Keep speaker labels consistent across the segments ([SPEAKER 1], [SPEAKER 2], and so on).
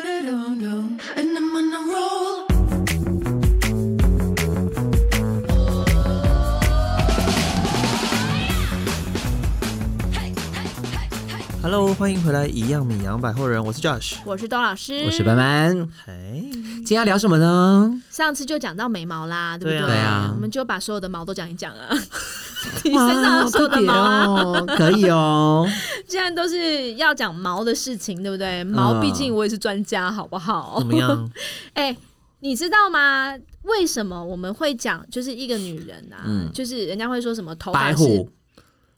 [SPEAKER 1] And I'm on a roll.
[SPEAKER 2] Hello，欢迎回来，一样米阳百货人，我是 Josh。
[SPEAKER 3] 我是董老师，
[SPEAKER 4] 我是
[SPEAKER 3] 嗯
[SPEAKER 4] 班班，
[SPEAKER 2] 哎，
[SPEAKER 4] 今天要聊什么呢？
[SPEAKER 3] 上次就讲到眉毛啦，对不
[SPEAKER 2] 对啊
[SPEAKER 3] 对？
[SPEAKER 4] 对啊
[SPEAKER 3] 我们就把所有的毛都讲一讲 啊，你身上所有的毛
[SPEAKER 4] 哇
[SPEAKER 3] 啊，
[SPEAKER 4] 快点哦，可 以哦。
[SPEAKER 3] 既然都是要讲毛的事情，对不
[SPEAKER 4] 嗯
[SPEAKER 3] 对？毛，毕竟我也是专家，好不好
[SPEAKER 2] 怎？么样？
[SPEAKER 3] 哎、你知道吗？为什么我们会讲就是一个女人啊？
[SPEAKER 4] 嗯
[SPEAKER 3] 就是人家会说什么头发
[SPEAKER 4] 白
[SPEAKER 3] 是
[SPEAKER 4] 虎，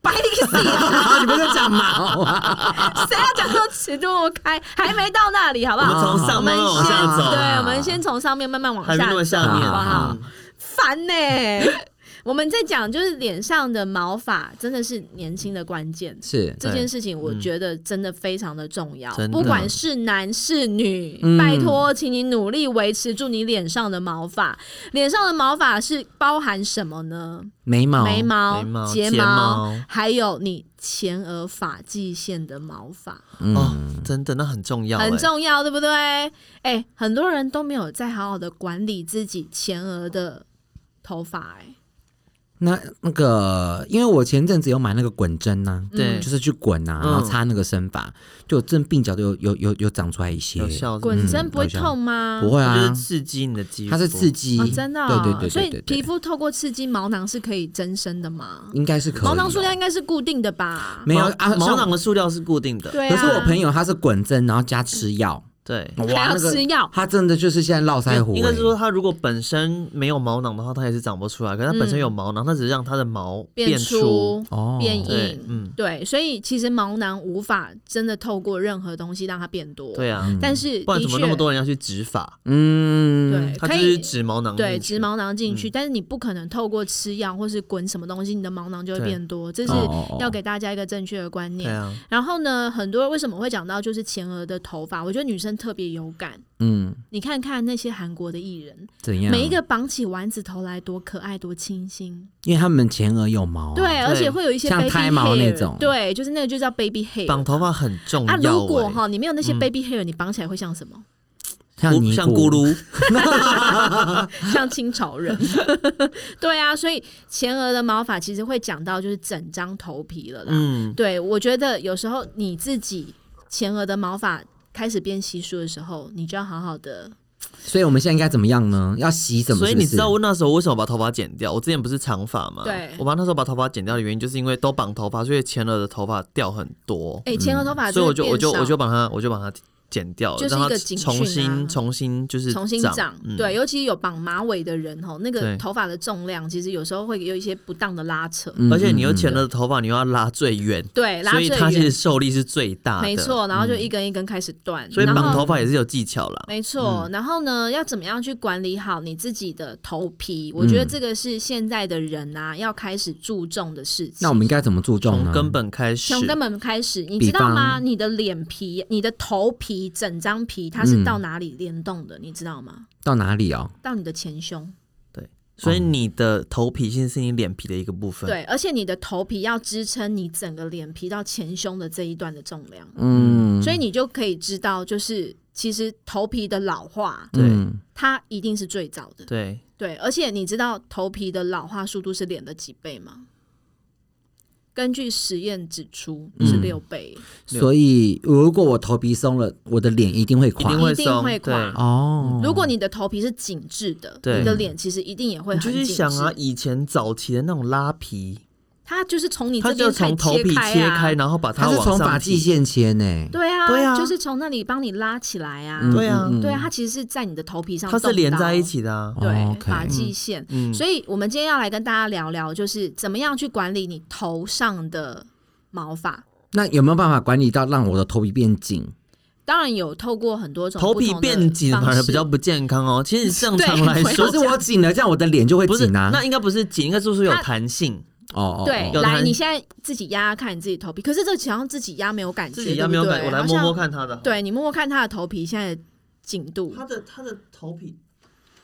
[SPEAKER 3] 白个屁啊！
[SPEAKER 4] 啊，你们在讲毛 啊？
[SPEAKER 3] 谁要讲说尺度那么开？还没到那里，好不
[SPEAKER 2] 我们
[SPEAKER 3] 好？
[SPEAKER 2] 从上面慢慢往下
[SPEAKER 3] 我们先
[SPEAKER 2] 走，
[SPEAKER 4] 啊
[SPEAKER 3] 对，我们先从上面慢慢 往
[SPEAKER 2] 还没
[SPEAKER 3] 下
[SPEAKER 2] 那么
[SPEAKER 3] 走，
[SPEAKER 2] 下面，
[SPEAKER 3] 好不好？
[SPEAKER 2] 嗯
[SPEAKER 3] 烦呢、我们在讲就是脸上的毛发真的是年轻的关键，
[SPEAKER 4] 是，
[SPEAKER 3] 这件事情我
[SPEAKER 2] 嗯
[SPEAKER 3] 觉得真的非常的重要。
[SPEAKER 2] 真的
[SPEAKER 3] 不管是男是女，
[SPEAKER 4] 嗯
[SPEAKER 3] 拜托，请你努力维持住你脸上的毛发。脸上的毛发是包含什么呢？
[SPEAKER 4] 眉毛，
[SPEAKER 3] 眉毛、
[SPEAKER 2] 哦眉毛
[SPEAKER 3] 睫
[SPEAKER 2] 睫毛
[SPEAKER 3] 还有你前额发际线的毛发，
[SPEAKER 4] 嗯，
[SPEAKER 2] 哦，真的那很重要，
[SPEAKER 3] 很。重要，对不对？哎、很多人都没有在好好的管理自己前额的头发、哎。
[SPEAKER 4] 那那个，因为我前阵子有买那个滚针呐，
[SPEAKER 2] 对
[SPEAKER 4] 就是去滚呐，
[SPEAKER 2] 嗯
[SPEAKER 4] 然后擦那个生发，就正鬓角都有有有有长出来一些
[SPEAKER 2] 有，效是不是，
[SPEAKER 3] 滚针不会
[SPEAKER 4] 嗯好像
[SPEAKER 3] 痛吗？
[SPEAKER 4] 不会
[SPEAKER 2] 它就
[SPEAKER 4] 啊
[SPEAKER 2] 是，刺激你的肌肤，
[SPEAKER 4] 它是刺激
[SPEAKER 3] 哦，，真的哦、
[SPEAKER 4] 对对对
[SPEAKER 3] 所
[SPEAKER 4] 对
[SPEAKER 3] 以
[SPEAKER 4] 对
[SPEAKER 3] 皮
[SPEAKER 4] 对，
[SPEAKER 3] 肤透过刺激毛囊是可以增生的吗？
[SPEAKER 4] 应该是可以。
[SPEAKER 3] 毛囊数量应该是固定的吧？
[SPEAKER 4] 没有
[SPEAKER 2] 毛
[SPEAKER 4] 啊，
[SPEAKER 2] 毛
[SPEAKER 4] 像
[SPEAKER 2] 囊的数量是固定的，
[SPEAKER 3] 对啊。
[SPEAKER 4] 可是我朋友他是滚针，然后加吃药，
[SPEAKER 2] 对。
[SPEAKER 3] 还
[SPEAKER 4] 哇，
[SPEAKER 3] 要
[SPEAKER 4] 那个
[SPEAKER 3] 吃药
[SPEAKER 4] 他真的就是现在络腮胡欸，
[SPEAKER 2] 应该是说，它如果本身没有毛囊的话，它也是长不出来。可是它本身有毛囊，它只是让它的毛
[SPEAKER 3] 变
[SPEAKER 2] 粗。
[SPEAKER 3] 粗、
[SPEAKER 4] 哦
[SPEAKER 3] 变
[SPEAKER 2] 对
[SPEAKER 3] 硬，
[SPEAKER 2] 嗯
[SPEAKER 3] 对，所以其实毛囊无法真的透过任何东西让它变多。
[SPEAKER 2] 对啊，
[SPEAKER 3] 但是
[SPEAKER 2] 不然
[SPEAKER 3] 的
[SPEAKER 2] 怎么
[SPEAKER 3] 确，
[SPEAKER 2] 那么多人要去植发？
[SPEAKER 4] 嗯，
[SPEAKER 3] 对，
[SPEAKER 2] 它
[SPEAKER 3] 可
[SPEAKER 2] 就是
[SPEAKER 3] 以。
[SPEAKER 2] 植毛囊进去，
[SPEAKER 3] 对，植毛囊进去，但是你不可能透过吃药或是滚什么东西，你的毛囊就会
[SPEAKER 2] 对
[SPEAKER 3] 变多，这是
[SPEAKER 4] 哦哦哦
[SPEAKER 3] 要给大家一个正确的观
[SPEAKER 2] 对
[SPEAKER 3] 念。
[SPEAKER 2] 啊，
[SPEAKER 3] 然后呢，很多为什么会讲到就是前额的头发？我觉得女生特别有感。
[SPEAKER 4] 嗯，
[SPEAKER 3] 你看看那些韩国的艺人，
[SPEAKER 4] 怎样？
[SPEAKER 3] 每一个绑起丸子头来，多可爱，多清新。
[SPEAKER 4] 因为他们前额有毛啊、
[SPEAKER 3] 对，而且会有一些
[SPEAKER 4] 像
[SPEAKER 3] baby
[SPEAKER 4] 胎毛
[SPEAKER 3] hair，
[SPEAKER 4] 那种
[SPEAKER 3] 对，就是那个就叫 baby hair。
[SPEAKER 2] 绑头发很重要
[SPEAKER 3] 啊，
[SPEAKER 2] 欸。
[SPEAKER 3] 如果哈你没有那些
[SPEAKER 2] 嗯
[SPEAKER 3] baby hair，你绑起来会像什么？
[SPEAKER 4] 像尼
[SPEAKER 2] 咕
[SPEAKER 4] 姑
[SPEAKER 2] 像咕，噜，
[SPEAKER 3] 像清朝人。 对啊，所以前额的毛发其实会讲到就是整张头皮了啦。
[SPEAKER 2] 嗯，
[SPEAKER 3] 对，我觉得有时候你自己前额的毛发开始变稀疏的时候，你就要好好的
[SPEAKER 4] 所以我们现在应该怎么样呢？要洗什么
[SPEAKER 2] 所以
[SPEAKER 4] 是不
[SPEAKER 2] 你
[SPEAKER 4] 是
[SPEAKER 2] 知道我那时候为什么把头发剪掉？我之前不是长发嘛，
[SPEAKER 3] 对
[SPEAKER 2] 我妈那时候把头发剪掉的原因，就是因为都绑头发，所以前额的头发掉很多，
[SPEAKER 3] 哎、前额头发
[SPEAKER 2] 嗯所
[SPEAKER 3] 就
[SPEAKER 2] 以我
[SPEAKER 3] 会
[SPEAKER 2] 就我就
[SPEAKER 3] 变少
[SPEAKER 2] 我就把它我就把它剪掉，
[SPEAKER 3] 就是
[SPEAKER 2] 让它
[SPEAKER 3] 一个警讯啊
[SPEAKER 2] 重新重新就是
[SPEAKER 3] 重新长，
[SPEAKER 2] 嗯
[SPEAKER 3] 对，尤其有绑马尾的人吼，那
[SPEAKER 2] 对
[SPEAKER 3] 个头发的重量其实有时候会有一些不当的拉扯，
[SPEAKER 4] 嗯
[SPEAKER 2] 而且你又
[SPEAKER 4] 嗯嗯
[SPEAKER 2] 前额的头发，你又要拉最远，
[SPEAKER 3] 对，拉
[SPEAKER 2] 所以
[SPEAKER 3] 最
[SPEAKER 2] 它其实
[SPEAKER 3] 远，
[SPEAKER 2] 受力是最大的，嗯
[SPEAKER 3] 没错，然后就一根一根开始断，
[SPEAKER 2] 所以
[SPEAKER 3] 然后
[SPEAKER 2] 绑头发也是有技巧啦。
[SPEAKER 3] 没错，
[SPEAKER 4] 嗯
[SPEAKER 3] 然后呢，要怎么样去管理好你自己的头皮？我觉
[SPEAKER 4] 嗯
[SPEAKER 3] 得这个是现在的人啊，要开始注重的事情。
[SPEAKER 4] 那我们应该怎么注重
[SPEAKER 2] 从
[SPEAKER 4] 呢？
[SPEAKER 2] 根本开始，
[SPEAKER 3] 从根本开始，你
[SPEAKER 4] 比
[SPEAKER 3] 知道吗？
[SPEAKER 4] 方
[SPEAKER 3] 你的脸皮、你的头皮、整张皮，它是
[SPEAKER 4] 嗯
[SPEAKER 3] 到哪里联动的？你知道吗？
[SPEAKER 4] 到哪里哦？
[SPEAKER 3] 到你的前胸。
[SPEAKER 2] 所以你的头皮其实是你脸皮的一个部分。，
[SPEAKER 3] 对，而且你的头皮要支撑你整个脸皮到前胸的这一段的重量，
[SPEAKER 4] 嗯，
[SPEAKER 3] 所以你就可以知道，就是其实头皮的老化，
[SPEAKER 2] 对
[SPEAKER 4] 嗯
[SPEAKER 3] 它一定是最早的。
[SPEAKER 2] 对，
[SPEAKER 3] 对，而且你知道头皮的老化速度是脸的几倍吗？根据实验指出是
[SPEAKER 4] 嗯
[SPEAKER 3] 六倍，
[SPEAKER 4] 所以如果我头皮松了，我的脸一定会垮
[SPEAKER 2] 一定会嗯
[SPEAKER 3] 一定
[SPEAKER 2] 松
[SPEAKER 3] 会垮
[SPEAKER 2] 对
[SPEAKER 4] 哦。
[SPEAKER 3] 如果你的头皮是紧致的，
[SPEAKER 2] 对
[SPEAKER 3] 你的脸其实一定也会
[SPEAKER 2] 你
[SPEAKER 3] 很
[SPEAKER 2] 就
[SPEAKER 3] 紧
[SPEAKER 2] 是
[SPEAKER 3] 致。
[SPEAKER 2] 想啊，以前早期的那种拉皮，
[SPEAKER 3] 它就是从你
[SPEAKER 2] 它
[SPEAKER 3] 这
[SPEAKER 2] 就从
[SPEAKER 3] 边
[SPEAKER 2] 头皮
[SPEAKER 3] 开
[SPEAKER 2] 切
[SPEAKER 3] 啊
[SPEAKER 2] 开，然后把它
[SPEAKER 4] 它是
[SPEAKER 2] 往
[SPEAKER 4] 从
[SPEAKER 2] 上
[SPEAKER 4] 发
[SPEAKER 2] 提
[SPEAKER 4] 际，线切呢，
[SPEAKER 3] 对啊，
[SPEAKER 2] 对啊
[SPEAKER 3] 就是从那里帮你拉起来啊。
[SPEAKER 4] 嗯
[SPEAKER 2] 对啊
[SPEAKER 4] 嗯嗯
[SPEAKER 3] 对啊，它其实是在你的头皮上，
[SPEAKER 2] 它是连在一。起的啊。
[SPEAKER 4] 哦
[SPEAKER 3] 对，
[SPEAKER 4] ，OK
[SPEAKER 3] 发际线。
[SPEAKER 2] 嗯，
[SPEAKER 3] 所以，我们今天要来跟大家聊聊，就是怎么样去管理你头上的毛发。
[SPEAKER 4] 那有没有办法管理到让我的头皮变紧？
[SPEAKER 3] 当然有透过很多种
[SPEAKER 2] 头皮
[SPEAKER 3] 不同的
[SPEAKER 2] 变紧
[SPEAKER 3] 方
[SPEAKER 2] 反而
[SPEAKER 3] 式
[SPEAKER 2] 比较不健康哦。其实正常
[SPEAKER 3] 对
[SPEAKER 2] 来
[SPEAKER 3] 我
[SPEAKER 2] 说
[SPEAKER 4] 可是我紧了，这样我的脸就会
[SPEAKER 2] 不是，
[SPEAKER 4] 紧啊。
[SPEAKER 2] 那应该不是紧，应该就是有
[SPEAKER 3] 它
[SPEAKER 2] 弹性，
[SPEAKER 4] 哦哦，
[SPEAKER 3] 对
[SPEAKER 4] 哦。
[SPEAKER 2] 有的
[SPEAKER 3] 来，
[SPEAKER 2] 很
[SPEAKER 3] 你现在自己压压看你自己头皮，可是这好像自己压没有感觉，
[SPEAKER 2] 自己要没有
[SPEAKER 3] 对不
[SPEAKER 2] 感，
[SPEAKER 3] 对
[SPEAKER 2] 我来
[SPEAKER 3] 好
[SPEAKER 2] 摸
[SPEAKER 3] 像
[SPEAKER 2] 摸看它的。，
[SPEAKER 3] 对你摸摸看他的头皮现在的紧度，
[SPEAKER 2] 的它的头皮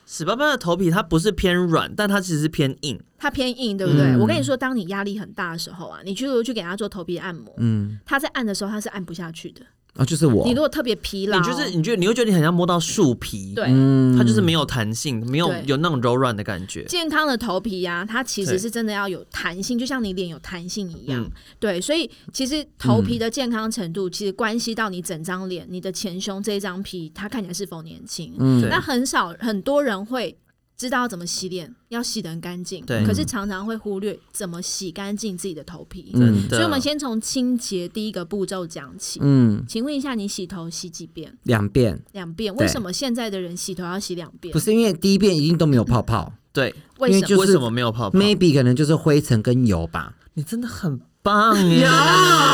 [SPEAKER 2] 屎斑斑的头皮它不是偏软，但它其实是偏硬。
[SPEAKER 3] 它偏硬，对不对？
[SPEAKER 4] 嗯
[SPEAKER 3] 我跟你说，当你压力很大的时候啊，你去去给它做头皮按摩，
[SPEAKER 4] 嗯，
[SPEAKER 3] 它在按的时候它是按不下去的。
[SPEAKER 4] 啊，就是我
[SPEAKER 3] 你，如果特别疲劳，
[SPEAKER 2] 你就是你觉得你会觉得你很像摸到树皮，
[SPEAKER 3] 对、
[SPEAKER 4] 嗯
[SPEAKER 2] 它就是没有弹性，没有
[SPEAKER 3] 对
[SPEAKER 2] 有那种柔软的感觉。
[SPEAKER 3] 健康的头皮呀、它其实
[SPEAKER 2] 对
[SPEAKER 3] 是真的要有弹性，就像你脸有弹性一样。
[SPEAKER 2] 嗯
[SPEAKER 3] 对，所以其实头
[SPEAKER 4] 嗯
[SPEAKER 3] 皮的健康程度，其实关系到你整张脸、你的前胸这一张皮，它看起来是否年轻。
[SPEAKER 4] 嗯
[SPEAKER 2] 对
[SPEAKER 3] 那很少很多人会知道怎么洗脸，要洗得很干净，
[SPEAKER 2] 对
[SPEAKER 3] 可是常常会忽略怎么洗干净自己的头皮。
[SPEAKER 4] 嗯
[SPEAKER 3] 所以，我们先从清洁第一个步骤讲起。
[SPEAKER 4] 嗯，
[SPEAKER 3] 请问一下，你洗头洗几遍？
[SPEAKER 4] 两遍，
[SPEAKER 3] 两遍？
[SPEAKER 4] 对
[SPEAKER 3] 为什么现在的人洗头要洗两遍
[SPEAKER 4] 不？是因为第一遍一定都没有泡泡
[SPEAKER 2] 对，
[SPEAKER 3] 为什
[SPEAKER 4] 因
[SPEAKER 3] 么？
[SPEAKER 4] 为就是
[SPEAKER 2] 为什么没有泡泡？
[SPEAKER 4] ，maybe 可能就是灰尘跟油吧，啊
[SPEAKER 2] 你真的很棒耶！
[SPEAKER 3] 啊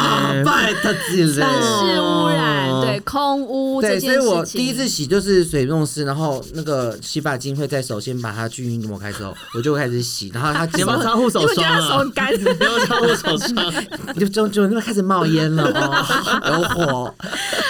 [SPEAKER 4] 拜托之类
[SPEAKER 3] 城市污
[SPEAKER 2] 哦
[SPEAKER 3] 染，对空污这
[SPEAKER 4] 对，所
[SPEAKER 3] 件
[SPEAKER 4] 以
[SPEAKER 3] 事情。
[SPEAKER 4] 我第一次洗就是水弄湿，然后那个洗发精会在手先把它均匀地抹开之后，我就会开始洗，然 后它
[SPEAKER 2] 你
[SPEAKER 4] 基
[SPEAKER 2] 要不要
[SPEAKER 4] 本
[SPEAKER 2] 擦护手
[SPEAKER 3] 你会觉
[SPEAKER 2] 霜
[SPEAKER 3] 得他手
[SPEAKER 2] 啊
[SPEAKER 3] 很？干，
[SPEAKER 2] 你要不要擦护手霜？
[SPEAKER 4] 就就就那边开始冒烟了哦，有 火。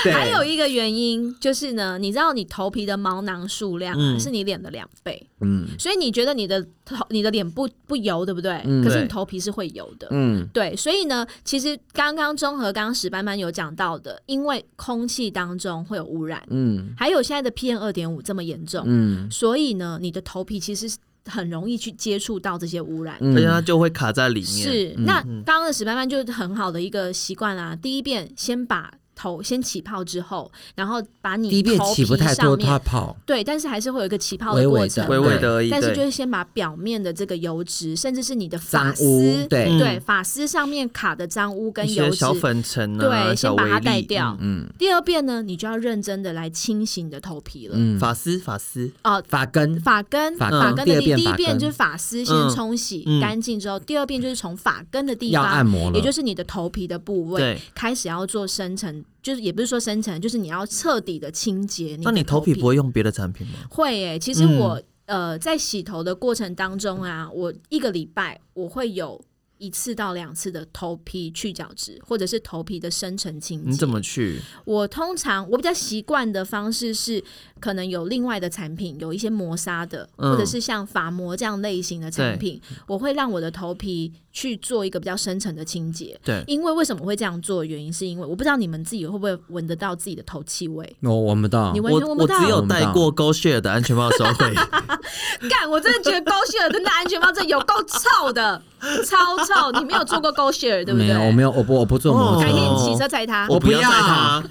[SPEAKER 4] 对，
[SPEAKER 3] 还有一个原因就是呢，你知道你头皮的毛囊数量、啊
[SPEAKER 2] 嗯
[SPEAKER 3] 是你脸的两倍，
[SPEAKER 4] 嗯
[SPEAKER 3] 所以你觉得你的头、你的脸不不油，对不对？
[SPEAKER 4] 嗯
[SPEAKER 3] 可是你
[SPEAKER 2] 对
[SPEAKER 3] 头皮是会油的。
[SPEAKER 4] 嗯
[SPEAKER 3] 对，所以呢，其实刚刚综合刚刚史班班有讲到的，因为空气当中会有污染，
[SPEAKER 4] 嗯
[SPEAKER 3] 还有现在的 PM 二点五这么严重，
[SPEAKER 4] 嗯
[SPEAKER 3] 所以呢，你的头皮其实是很容易去接触到这些污染。
[SPEAKER 2] 而且
[SPEAKER 4] 嗯，
[SPEAKER 2] 它就会卡在里面。
[SPEAKER 3] 是，那刚刚的史班班就是很好的一个习惯啦。第一遍先把头先起泡之后，然后把你
[SPEAKER 4] 第一遍
[SPEAKER 3] 头
[SPEAKER 4] 起
[SPEAKER 3] 皮
[SPEAKER 4] 不太
[SPEAKER 3] 上
[SPEAKER 4] 多
[SPEAKER 3] 面
[SPEAKER 4] 泡泡，
[SPEAKER 3] 对，但是还是会有一个起泡
[SPEAKER 4] 微
[SPEAKER 3] 的
[SPEAKER 4] 微
[SPEAKER 3] 过
[SPEAKER 4] 的
[SPEAKER 3] 程，
[SPEAKER 2] 微微的而已。
[SPEAKER 3] 但是就
[SPEAKER 2] 对
[SPEAKER 3] 是先把表面的这个油脂，甚至是你的
[SPEAKER 4] 脏
[SPEAKER 3] 发
[SPEAKER 4] 污
[SPEAKER 3] 丝，
[SPEAKER 4] 对，
[SPEAKER 2] 嗯
[SPEAKER 3] 对，发丝上面卡的脏污跟
[SPEAKER 2] 一
[SPEAKER 3] 油
[SPEAKER 2] 些
[SPEAKER 3] 脂，
[SPEAKER 2] 小粉尘啊，
[SPEAKER 3] 对，
[SPEAKER 2] 小
[SPEAKER 3] 先把
[SPEAKER 2] 微
[SPEAKER 3] 它
[SPEAKER 2] 粒
[SPEAKER 3] 带掉。。
[SPEAKER 4] 嗯
[SPEAKER 3] 第二遍呢，你就要认真的来清洗你的头皮了。
[SPEAKER 4] 嗯，
[SPEAKER 2] 嗯
[SPEAKER 4] 发
[SPEAKER 2] 发丝，发丝，
[SPEAKER 3] 哦，
[SPEAKER 4] 发根，
[SPEAKER 3] 发根，
[SPEAKER 4] 发
[SPEAKER 3] 发
[SPEAKER 4] 根
[SPEAKER 3] 根
[SPEAKER 4] 第
[SPEAKER 3] 的
[SPEAKER 4] 二
[SPEAKER 3] 地
[SPEAKER 4] 遍
[SPEAKER 3] 第一
[SPEAKER 4] 发
[SPEAKER 3] 遍
[SPEAKER 4] 根
[SPEAKER 3] 就是发丝
[SPEAKER 2] 嗯
[SPEAKER 3] 先冲洗
[SPEAKER 2] 嗯
[SPEAKER 3] 干净之后，第二遍就是从发根的地
[SPEAKER 4] 要按
[SPEAKER 3] 方，
[SPEAKER 4] 摩了
[SPEAKER 3] 也就是你的头皮的部位
[SPEAKER 2] 对。
[SPEAKER 3] 开始要做深层，就是也不是说深层，就是你要彻底的清洁你的
[SPEAKER 2] 那你头皮
[SPEAKER 3] 皮
[SPEAKER 2] 不会嗯用别的产品吗？
[SPEAKER 3] 会诶、其实我、呃在洗头的过程当中啊，我一个礼拜我会有一次到两次的头皮去角质，或者是头皮的深层清洁。
[SPEAKER 2] 你怎么去？
[SPEAKER 3] 我通常我比较习惯的方式是，可能有另外的产品，有一些磨砂的，
[SPEAKER 2] 嗯
[SPEAKER 3] 或者是像发膜这样类型的产品，我会让我的头皮去做一个比较深层的清洁。
[SPEAKER 2] 对，
[SPEAKER 3] 因为为什么会这样做？原因是因为我不知道你们自己会不会闻得到自己的头气味，
[SPEAKER 4] 我哦我们到
[SPEAKER 3] 你完
[SPEAKER 2] 我
[SPEAKER 3] 全闻不
[SPEAKER 2] 我
[SPEAKER 3] 到。
[SPEAKER 2] 只有戴过 Go Share 的安全帽收 费，
[SPEAKER 3] 干，我真的觉得 Go Share 真的安全帽这有够臭的， 超臭！你没有做过 Go Share 对不
[SPEAKER 4] 没
[SPEAKER 3] 对？
[SPEAKER 4] 有，我没有，我不我不做摩
[SPEAKER 2] 哦
[SPEAKER 3] 改天你
[SPEAKER 4] 托，
[SPEAKER 3] 骑车载他。
[SPEAKER 4] 我不
[SPEAKER 2] 要
[SPEAKER 4] 啊
[SPEAKER 2] 戴它。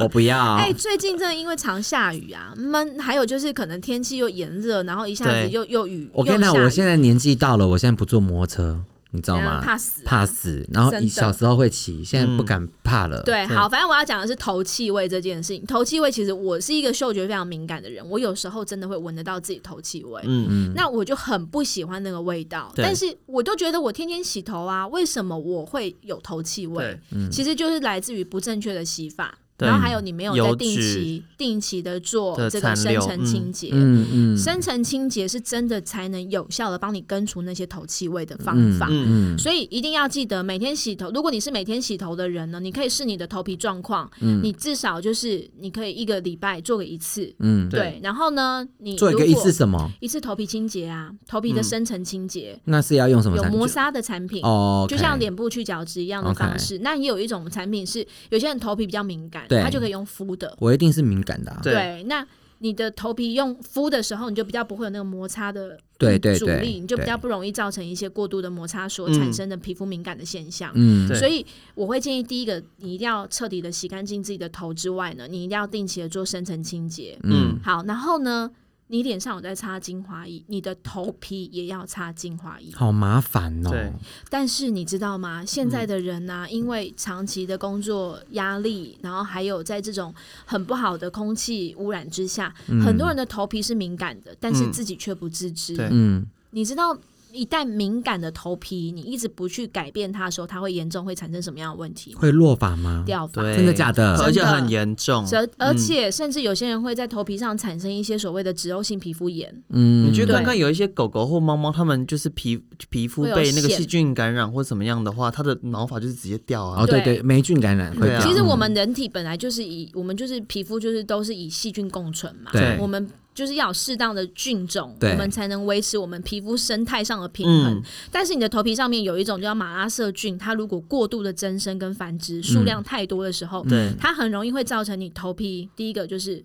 [SPEAKER 4] 我不要
[SPEAKER 3] 哎、。最近真的因为常下雨啊，闷，还有就是可能天气又炎热，然后一下子
[SPEAKER 2] 对
[SPEAKER 3] 又又雨。
[SPEAKER 4] 我跟你讲，
[SPEAKER 3] 又下雨
[SPEAKER 4] 我现在年纪到了，我现在不坐摩托车，你知道
[SPEAKER 3] 怎样
[SPEAKER 4] 吗？
[SPEAKER 3] 啊怕死，
[SPEAKER 4] 怕死，然后
[SPEAKER 3] 真
[SPEAKER 4] 以
[SPEAKER 3] 的
[SPEAKER 4] 小时候会骑，现在不敢怕了。，
[SPEAKER 3] 对，
[SPEAKER 2] 对
[SPEAKER 3] 好，反正我要讲的是头气味这件事情。头气味其实我是一个嗅觉非常敏感的人，我有时候真的会闻得到自己头气味。
[SPEAKER 2] 嗯，
[SPEAKER 3] 那我就很不喜欢那个味道，
[SPEAKER 2] 对
[SPEAKER 3] 但是我都觉得我天天洗头啊，为什么我会有头气味
[SPEAKER 2] 对？嗯
[SPEAKER 3] 其实就是来自于不正确的洗法，
[SPEAKER 2] 对
[SPEAKER 3] 然后还有你没有在
[SPEAKER 2] 油
[SPEAKER 3] 定
[SPEAKER 2] 脂
[SPEAKER 3] 期定期的做
[SPEAKER 2] 的
[SPEAKER 3] 这个
[SPEAKER 2] 残
[SPEAKER 3] 深
[SPEAKER 2] 留
[SPEAKER 3] 层
[SPEAKER 2] 嗯
[SPEAKER 3] 清洁。
[SPEAKER 4] 嗯嗯
[SPEAKER 3] 深层清洁是真的才能有效的帮你根除那些头气味的方
[SPEAKER 4] 嗯
[SPEAKER 3] 法。
[SPEAKER 4] 嗯
[SPEAKER 3] 所以一定要记得每天洗头。如果你是每天洗头的人呢，你可以视你的头皮状况，你至少就是你可以一个礼拜做个一次，
[SPEAKER 4] 嗯，
[SPEAKER 2] 对
[SPEAKER 3] 对。然后呢，你
[SPEAKER 4] 做一
[SPEAKER 3] 如
[SPEAKER 4] 个
[SPEAKER 3] 果
[SPEAKER 4] 一次什么？
[SPEAKER 3] 一次头皮清洁啊，头皮的深层清洁、
[SPEAKER 4] 那是要用什么
[SPEAKER 3] 有
[SPEAKER 4] 产品？
[SPEAKER 3] 磨砂的产品。
[SPEAKER 4] 哦，
[SPEAKER 3] 就像脸部去角质一样的方式那也有一种产品是有些人头皮比较敏感，
[SPEAKER 4] 对
[SPEAKER 3] 他就可以用敷的。
[SPEAKER 4] 我一定是敏感的、啊。
[SPEAKER 2] 对
[SPEAKER 3] 那你的头皮用敷的时候，你就比较不会有那个摩擦的
[SPEAKER 4] 对对
[SPEAKER 3] 阻
[SPEAKER 4] 对
[SPEAKER 3] 力，你就比较不容易造成一些过度的摩擦所产
[SPEAKER 2] 嗯
[SPEAKER 3] 生的皮肤敏感的现象。
[SPEAKER 4] 嗯
[SPEAKER 2] 对
[SPEAKER 3] 所以我会建议，第一个，你一定要彻底的洗干净自己的头之外呢，你一定要定期的做深层清洁。
[SPEAKER 4] 嗯
[SPEAKER 2] 嗯，
[SPEAKER 3] 好，然后呢，你脸上有在擦精华液，你的头皮也要擦精华液。
[SPEAKER 4] 好麻烦哦。
[SPEAKER 2] 对
[SPEAKER 3] 但是你知道吗？现
[SPEAKER 2] 嗯
[SPEAKER 3] 在的人呢、啊因为长期的工作压力，然后还有在这种很不好的空气污染之下，很多人的头皮是敏感的，但是
[SPEAKER 2] 嗯
[SPEAKER 3] 自己却不自知。
[SPEAKER 2] 对
[SPEAKER 4] 嗯，
[SPEAKER 3] 你知道，一旦敏感的头皮，你一直不去改变它的时候，它会严重会产生什么样的问题？
[SPEAKER 4] 会落发吗？
[SPEAKER 3] 掉发。
[SPEAKER 2] 对，嗯
[SPEAKER 4] 真的假的
[SPEAKER 2] 而且
[SPEAKER 3] 真的
[SPEAKER 2] 很严重。
[SPEAKER 3] 而而且，甚至有些人会在头皮上产生一些所谓的脂漏性皮肤炎，
[SPEAKER 4] 嗯，
[SPEAKER 2] 你去
[SPEAKER 3] 对
[SPEAKER 2] 看看，有一些狗狗或猫猫，它们就是皮皮肤
[SPEAKER 3] 会有
[SPEAKER 2] 被那个
[SPEAKER 3] 线
[SPEAKER 2] 细菌感染或怎么样的话，它的毛发就是直接掉啊
[SPEAKER 4] 哦，。对
[SPEAKER 3] 对
[SPEAKER 4] 对，霉菌感染会
[SPEAKER 2] 对啊
[SPEAKER 4] 掉。
[SPEAKER 3] 其实我们人体本来就是以我们就是皮肤就是都是以细菌共存嘛，
[SPEAKER 4] 对
[SPEAKER 3] 我们就是要有适当的菌种，
[SPEAKER 4] 对
[SPEAKER 3] 我们才能维持我们皮肤生态上的平衡。
[SPEAKER 2] 嗯，
[SPEAKER 3] 但是你的头皮上面有一种叫马拉色菌，它如果过度的增生跟繁
[SPEAKER 4] 嗯
[SPEAKER 3] 殖数量太多的时候，
[SPEAKER 2] 对
[SPEAKER 3] 它很容易会造成你头皮第一个就是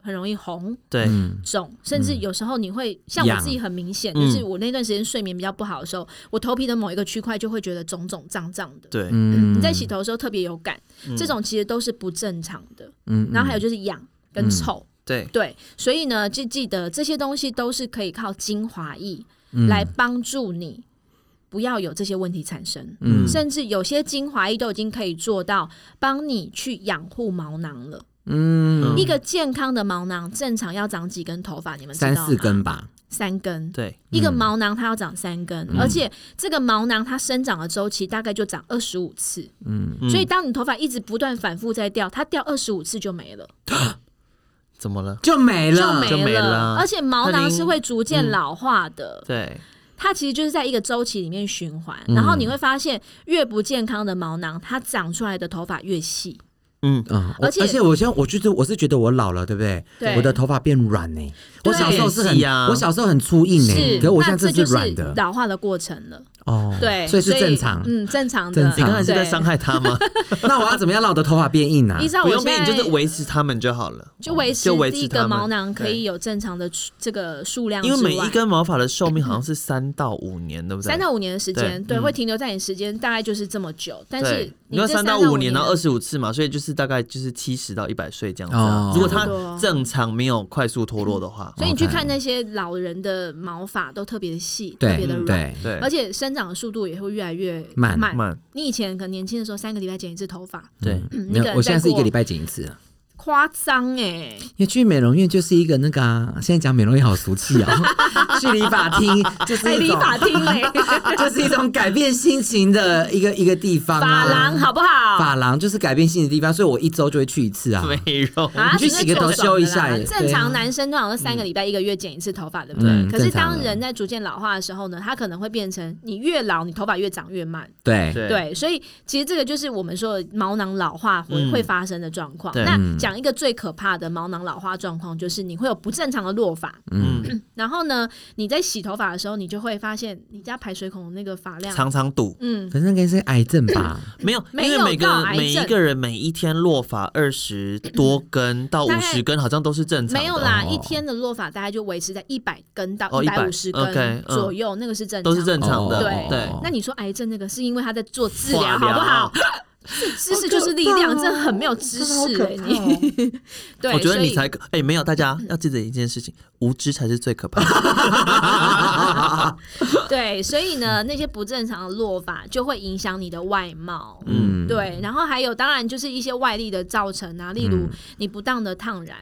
[SPEAKER 3] 很容易红
[SPEAKER 2] 对，
[SPEAKER 4] 嗯，
[SPEAKER 3] 肿，甚至有时候你会像我
[SPEAKER 4] 痒
[SPEAKER 3] 自己很明显，
[SPEAKER 2] 嗯
[SPEAKER 3] 就是我那段时间睡眠比较不好的时候，我头皮的某一个区块就会觉得肿肿胀胀的。
[SPEAKER 2] 对，
[SPEAKER 4] 嗯
[SPEAKER 3] 你在洗头的时候特别有感，
[SPEAKER 2] 嗯
[SPEAKER 3] 这种其实都是不正常的。
[SPEAKER 4] 嗯
[SPEAKER 3] 然后还有就是痒跟臭，
[SPEAKER 2] 对，
[SPEAKER 3] 对，所以呢，记记得这些东西都是可以靠精华液
[SPEAKER 4] 有
[SPEAKER 3] 来帮助你，不要有这些问题产生。
[SPEAKER 4] 嗯
[SPEAKER 3] 甚至有些精华液都已经可以做到帮你去养护毛囊了。
[SPEAKER 4] 嗯
[SPEAKER 3] 一个健康的毛囊正常要长几根头发？你们知道
[SPEAKER 4] 三
[SPEAKER 3] 吗
[SPEAKER 4] 四，根嗯吧，
[SPEAKER 3] 三根。
[SPEAKER 2] 对，
[SPEAKER 3] 一个毛囊它要长三根，
[SPEAKER 4] 嗯
[SPEAKER 3] 而且这个毛囊它生长的周期大概就长二十五次，
[SPEAKER 4] 嗯，
[SPEAKER 2] 嗯
[SPEAKER 3] 所以当你头发一直不断反复在掉，它掉二十五次就没了，
[SPEAKER 2] 怎么了？
[SPEAKER 4] 就没
[SPEAKER 3] 就
[SPEAKER 4] 了，
[SPEAKER 3] 没
[SPEAKER 2] 就没了嗯
[SPEAKER 3] 而且毛
[SPEAKER 2] 它
[SPEAKER 3] 囊
[SPEAKER 2] 已经
[SPEAKER 3] 是会逐渐老化的，
[SPEAKER 2] 对，
[SPEAKER 3] 它其实就是在一个周期里面循环。
[SPEAKER 2] 嗯
[SPEAKER 3] 然后你会发现，越不健康的毛囊，它长出来的头发越细。
[SPEAKER 2] 嗯，
[SPEAKER 4] 嗯，我
[SPEAKER 3] 而且
[SPEAKER 4] 而且我现在我就是我是觉得我老了，对不对？
[SPEAKER 3] 对
[SPEAKER 4] 我的头发变软呢、
[SPEAKER 3] 对
[SPEAKER 4] 我小时候是
[SPEAKER 2] 变
[SPEAKER 4] 很
[SPEAKER 2] 细啊
[SPEAKER 4] 我小时候很粗硬呢、
[SPEAKER 3] 是，
[SPEAKER 4] 可是我
[SPEAKER 3] 那
[SPEAKER 4] 现在
[SPEAKER 3] 这就
[SPEAKER 4] 这是
[SPEAKER 3] 是
[SPEAKER 4] 软的
[SPEAKER 3] 老化的过程了。
[SPEAKER 2] 嗯
[SPEAKER 4] 哦，
[SPEAKER 3] 对，
[SPEAKER 4] 所以是正常。
[SPEAKER 3] 嗯，正常的。
[SPEAKER 4] 正常
[SPEAKER 2] 你刚才是在
[SPEAKER 3] 对
[SPEAKER 2] 伤害他 吗？
[SPEAKER 4] 那我要怎么样让我的头发变硬啊
[SPEAKER 3] 依？照
[SPEAKER 2] 不
[SPEAKER 3] 我
[SPEAKER 2] 用
[SPEAKER 3] 现在
[SPEAKER 2] 变，你就是维持他们就好了。
[SPEAKER 3] 就维持
[SPEAKER 2] 就维持
[SPEAKER 3] 第一
[SPEAKER 2] 它
[SPEAKER 3] 个
[SPEAKER 2] 们
[SPEAKER 3] 毛囊可以
[SPEAKER 2] 对
[SPEAKER 3] 有正常的出这个数量之
[SPEAKER 2] 因
[SPEAKER 3] 外，嗯
[SPEAKER 2] 为每一根毛发的寿命好像是三到五年，对不对？
[SPEAKER 3] 三到五年的时间，
[SPEAKER 2] 对嗯
[SPEAKER 3] 对，会停留在你时间大概就是这么久。但是
[SPEAKER 2] 对，你要
[SPEAKER 3] 这
[SPEAKER 2] 三
[SPEAKER 3] 到
[SPEAKER 2] 到五年，
[SPEAKER 3] 年，
[SPEAKER 2] 然后二十五次嘛，所以就是大概就是七十到一百岁这样子啊、
[SPEAKER 4] 哦
[SPEAKER 2] 如果
[SPEAKER 3] 差不多嗯
[SPEAKER 2] 它正常没有快速脱落的话，
[SPEAKER 3] 所以你去看那些老人的毛发都特别的细，特别
[SPEAKER 4] 对嗯
[SPEAKER 3] 的软，
[SPEAKER 4] 对，
[SPEAKER 2] 对，
[SPEAKER 3] 而且生长的速度也会越来越
[SPEAKER 4] 慢
[SPEAKER 2] 慢，
[SPEAKER 3] 你以前可能年轻的时候三个礼拜剪一次头发，
[SPEAKER 2] 对，
[SPEAKER 3] 嗯那
[SPEAKER 4] 没有，
[SPEAKER 3] 个
[SPEAKER 4] 我现在
[SPEAKER 3] 再
[SPEAKER 4] 是一
[SPEAKER 3] 过
[SPEAKER 4] 个礼拜剪一次，啊
[SPEAKER 3] 夸张哎，
[SPEAKER 4] 因为去美容院就是一个那个、啊，现在讲美容院好俗气哦， 去理发厅就是
[SPEAKER 3] 在
[SPEAKER 4] 一
[SPEAKER 3] 理
[SPEAKER 4] 种
[SPEAKER 3] 发厅哎，
[SPEAKER 4] 就是一种改变心情的一个一个地方、啊，
[SPEAKER 3] 发廊好不好？
[SPEAKER 4] 发廊就是改变心情的地方，所以我一周就会去一次啊。
[SPEAKER 2] 美容。
[SPEAKER 3] 啊，
[SPEAKER 4] 你去
[SPEAKER 3] 只是
[SPEAKER 4] 洗个头
[SPEAKER 3] 做爽
[SPEAKER 4] 修一
[SPEAKER 3] 的啦
[SPEAKER 4] 下也
[SPEAKER 3] 正
[SPEAKER 4] 对啊
[SPEAKER 3] 常男生通常都三个礼拜、一个月剪一次头发，对不对？
[SPEAKER 4] 嗯
[SPEAKER 3] 可是
[SPEAKER 4] 正常
[SPEAKER 3] 当
[SPEAKER 4] 的
[SPEAKER 3] 人在逐渐老化的时候呢，他可能会变成你越老，你头发越长越慢。
[SPEAKER 4] 对，
[SPEAKER 2] 对
[SPEAKER 3] 对，所以其实这个就是我们说的毛囊老化会、
[SPEAKER 2] 嗯
[SPEAKER 3] 会发生的状况。
[SPEAKER 2] 对嗯
[SPEAKER 3] 那讲一个最可怕的毛囊老化状况，就是你会有不正常的落发，
[SPEAKER 2] 嗯，
[SPEAKER 3] 然后呢，你在洗头发的时候，你就会发现你家排水孔的那个发量，
[SPEAKER 2] 常常堵，
[SPEAKER 3] 嗯，
[SPEAKER 4] 可是那个是癌症吧？
[SPEAKER 2] 没有，因
[SPEAKER 3] 没有
[SPEAKER 2] 为每个
[SPEAKER 3] 到
[SPEAKER 2] 人
[SPEAKER 3] 癌
[SPEAKER 2] 每一
[SPEAKER 3] 症
[SPEAKER 2] 个人每一天落发二十多根到
[SPEAKER 3] 大
[SPEAKER 2] 五
[SPEAKER 3] 概
[SPEAKER 2] 十根，好像都是正常的。
[SPEAKER 3] 没有啦，
[SPEAKER 4] 哦
[SPEAKER 3] 一天的落发大概就维持在一百根到
[SPEAKER 2] 哦
[SPEAKER 3] 一百
[SPEAKER 2] 100
[SPEAKER 3] 五十
[SPEAKER 2] OK，
[SPEAKER 3] 根
[SPEAKER 2] 嗯
[SPEAKER 3] 左右，那个是正常，
[SPEAKER 2] 都是正常的。
[SPEAKER 3] 对
[SPEAKER 2] 对，
[SPEAKER 3] 那你说癌症那个是因为他在做治
[SPEAKER 2] 化
[SPEAKER 3] 疗，好不 好
[SPEAKER 2] 疗？
[SPEAKER 3] 这知识就是力量，
[SPEAKER 2] 哦
[SPEAKER 3] 这很没有知识哎、你 对，
[SPEAKER 2] 我觉得
[SPEAKER 3] 所以
[SPEAKER 2] 你才可哎、没有，大家要记得一件事情，无知才是最可怕 的。
[SPEAKER 3] 对，所以呢，那些不正常的落法就会影响你的外貌。
[SPEAKER 2] 嗯，
[SPEAKER 3] 对，然后还有当然就是一些外力的造成啊，例如
[SPEAKER 4] 嗯
[SPEAKER 3] 你不当的烫染、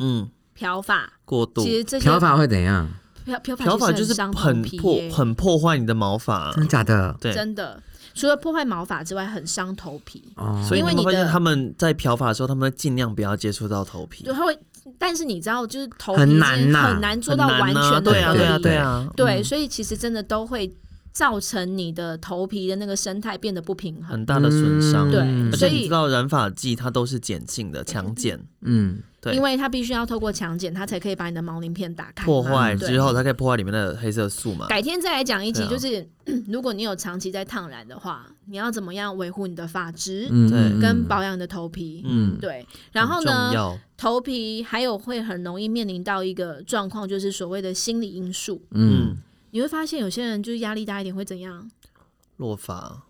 [SPEAKER 2] 嗯，
[SPEAKER 3] 漂发，
[SPEAKER 2] 过度
[SPEAKER 3] 其实这些
[SPEAKER 4] 漂发会怎样？
[SPEAKER 2] 嗯
[SPEAKER 3] 漂漂
[SPEAKER 2] 漂发
[SPEAKER 3] 发
[SPEAKER 2] 就是
[SPEAKER 3] 很
[SPEAKER 2] 很破
[SPEAKER 3] 破，
[SPEAKER 2] 很破坏你的毛发。啊
[SPEAKER 4] 真的假的？
[SPEAKER 2] 对，
[SPEAKER 3] 嗯真的，除了破坏毛发之外，很伤头皮。
[SPEAKER 4] 哦，
[SPEAKER 2] 所以
[SPEAKER 3] 因为
[SPEAKER 2] 你会发
[SPEAKER 3] 你
[SPEAKER 2] 现
[SPEAKER 3] 的
[SPEAKER 2] 他们在漂发的时候，他们尽量不要接触到头皮
[SPEAKER 3] 就，它会，但是你知道，就是头皮
[SPEAKER 4] 很
[SPEAKER 3] 是
[SPEAKER 4] 难呐
[SPEAKER 3] 很难做
[SPEAKER 2] 很
[SPEAKER 3] 到
[SPEAKER 2] 难
[SPEAKER 3] 完
[SPEAKER 2] 啊
[SPEAKER 3] 全的
[SPEAKER 2] 对啊，对啊，
[SPEAKER 3] 隔离
[SPEAKER 2] 对啊，
[SPEAKER 3] 对，
[SPEAKER 2] 嗯，
[SPEAKER 3] 所以其实真的都会造成你的头皮的那个生态变得不平衡。
[SPEAKER 2] 很大的损伤。
[SPEAKER 4] 嗯
[SPEAKER 3] 对，
[SPEAKER 2] 而
[SPEAKER 3] 所
[SPEAKER 2] 且你
[SPEAKER 3] 以
[SPEAKER 2] 知道染发剂它都是碱性的，强碱
[SPEAKER 4] 嗯，
[SPEAKER 2] 对
[SPEAKER 3] 因为它必须要透过强碱，它才可以把你的毛鳞片打开嘛
[SPEAKER 2] 破坏
[SPEAKER 3] 对
[SPEAKER 2] 之后，它可以破坏里面的黑色素嘛。
[SPEAKER 3] 改天再来讲一集，
[SPEAKER 2] 对啊
[SPEAKER 3] 就是、 如果你有长期在烫染的话，你要怎么样维护你的发质、
[SPEAKER 4] 嗯
[SPEAKER 2] 对
[SPEAKER 4] 嗯
[SPEAKER 3] 跟保养你的头皮？
[SPEAKER 2] 嗯，
[SPEAKER 3] 对，然后
[SPEAKER 2] 很重
[SPEAKER 3] 呢，
[SPEAKER 2] 要，
[SPEAKER 3] 头皮还有会很容易面临到一个状况，就是所谓的心理因素。
[SPEAKER 4] 嗯，
[SPEAKER 2] 嗯，
[SPEAKER 3] 你会发现有些人就是压力大一点会怎样？
[SPEAKER 2] 落发、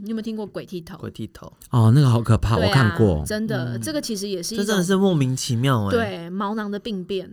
[SPEAKER 3] 你有没有听过鬼剃头？
[SPEAKER 2] 鬼剃头，
[SPEAKER 4] 哦，那个好可怕，
[SPEAKER 3] 对
[SPEAKER 4] 我看过
[SPEAKER 3] 啊，。真的，这个其实也是
[SPEAKER 2] 嗯
[SPEAKER 3] 一
[SPEAKER 2] 这
[SPEAKER 3] 种
[SPEAKER 2] 真的是莫名其妙哎。，
[SPEAKER 3] 对毛囊的病变，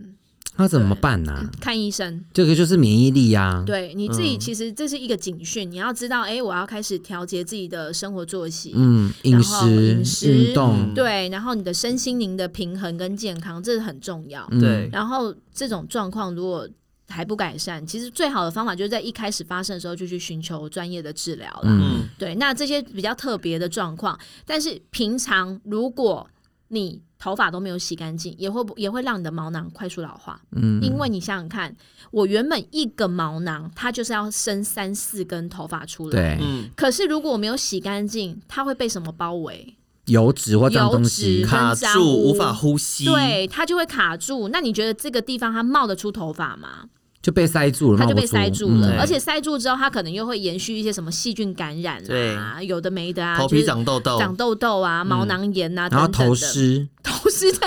[SPEAKER 4] 那怎么办呢？
[SPEAKER 3] 看医生。
[SPEAKER 4] 这个就是免疫力啊呀。
[SPEAKER 3] 对你自己
[SPEAKER 4] 嗯
[SPEAKER 3] 其实这是一个警讯，你要知道，哎，我要开始调节自己的生活作息。
[SPEAKER 4] 嗯，饮
[SPEAKER 3] 然后饮
[SPEAKER 4] 食、
[SPEAKER 3] 食
[SPEAKER 4] 运动，
[SPEAKER 3] 对，然后你的身心灵的平衡跟健康，这是很重要。
[SPEAKER 4] 嗯
[SPEAKER 2] 对
[SPEAKER 3] 然后这种状况如果还不改善，其实最好的方法就是在一开始发生的时候就去寻求专业的治疗了。
[SPEAKER 4] 嗯
[SPEAKER 2] 嗯，
[SPEAKER 3] 对，那这些比较特别的状况，但是平常如果你头发都没有洗干净，也会不也会让你的毛囊快速老化。
[SPEAKER 4] 嗯，
[SPEAKER 3] 因为你想想看，我原本一个毛囊它就是要生三四根头发出来，
[SPEAKER 4] 对，
[SPEAKER 2] 嗯，
[SPEAKER 3] 可是如果我没有洗干净，它会被什么包围？
[SPEAKER 4] 油脂或脏东
[SPEAKER 3] 油
[SPEAKER 4] 西
[SPEAKER 3] 脂
[SPEAKER 4] 看
[SPEAKER 2] 卡
[SPEAKER 3] 跟脏
[SPEAKER 2] 住，
[SPEAKER 3] 污
[SPEAKER 2] 无法呼吸。
[SPEAKER 3] 对，它就会卡住。那你觉得这个地方它冒得出头发吗？
[SPEAKER 4] 就被塞住了，
[SPEAKER 3] 它就
[SPEAKER 4] 冒不嗯
[SPEAKER 3] 被
[SPEAKER 4] 出
[SPEAKER 3] 塞住了，
[SPEAKER 2] 对
[SPEAKER 3] 而且塞住之后，它可能又会延续一些什么细菌感染啊，有的没的啊，
[SPEAKER 2] 头
[SPEAKER 3] 就
[SPEAKER 2] 皮
[SPEAKER 3] 是
[SPEAKER 2] 长痘痘，
[SPEAKER 3] 长痘痘啊、毛囊炎啊，
[SPEAKER 4] 然后
[SPEAKER 3] 等等的，
[SPEAKER 4] 头湿，
[SPEAKER 3] 头湿的，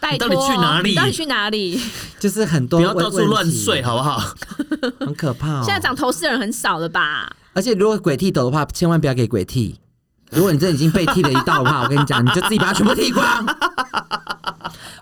[SPEAKER 3] 拜托，
[SPEAKER 2] 你到底
[SPEAKER 3] 啊
[SPEAKER 2] 去哪里
[SPEAKER 3] 你到底去哪里？
[SPEAKER 4] 就是很多
[SPEAKER 2] 不要
[SPEAKER 4] 问
[SPEAKER 2] 到处乱睡，，
[SPEAKER 4] 问
[SPEAKER 2] 好不 好？
[SPEAKER 4] 题很可怕、哦。
[SPEAKER 3] 现在长头湿的人很少了吧？
[SPEAKER 4] 而且如果鬼剃头的话，千万不要给鬼剃。如果你真的已经被剃了一道 的话，我跟你讲，你就自己把它全部剃光，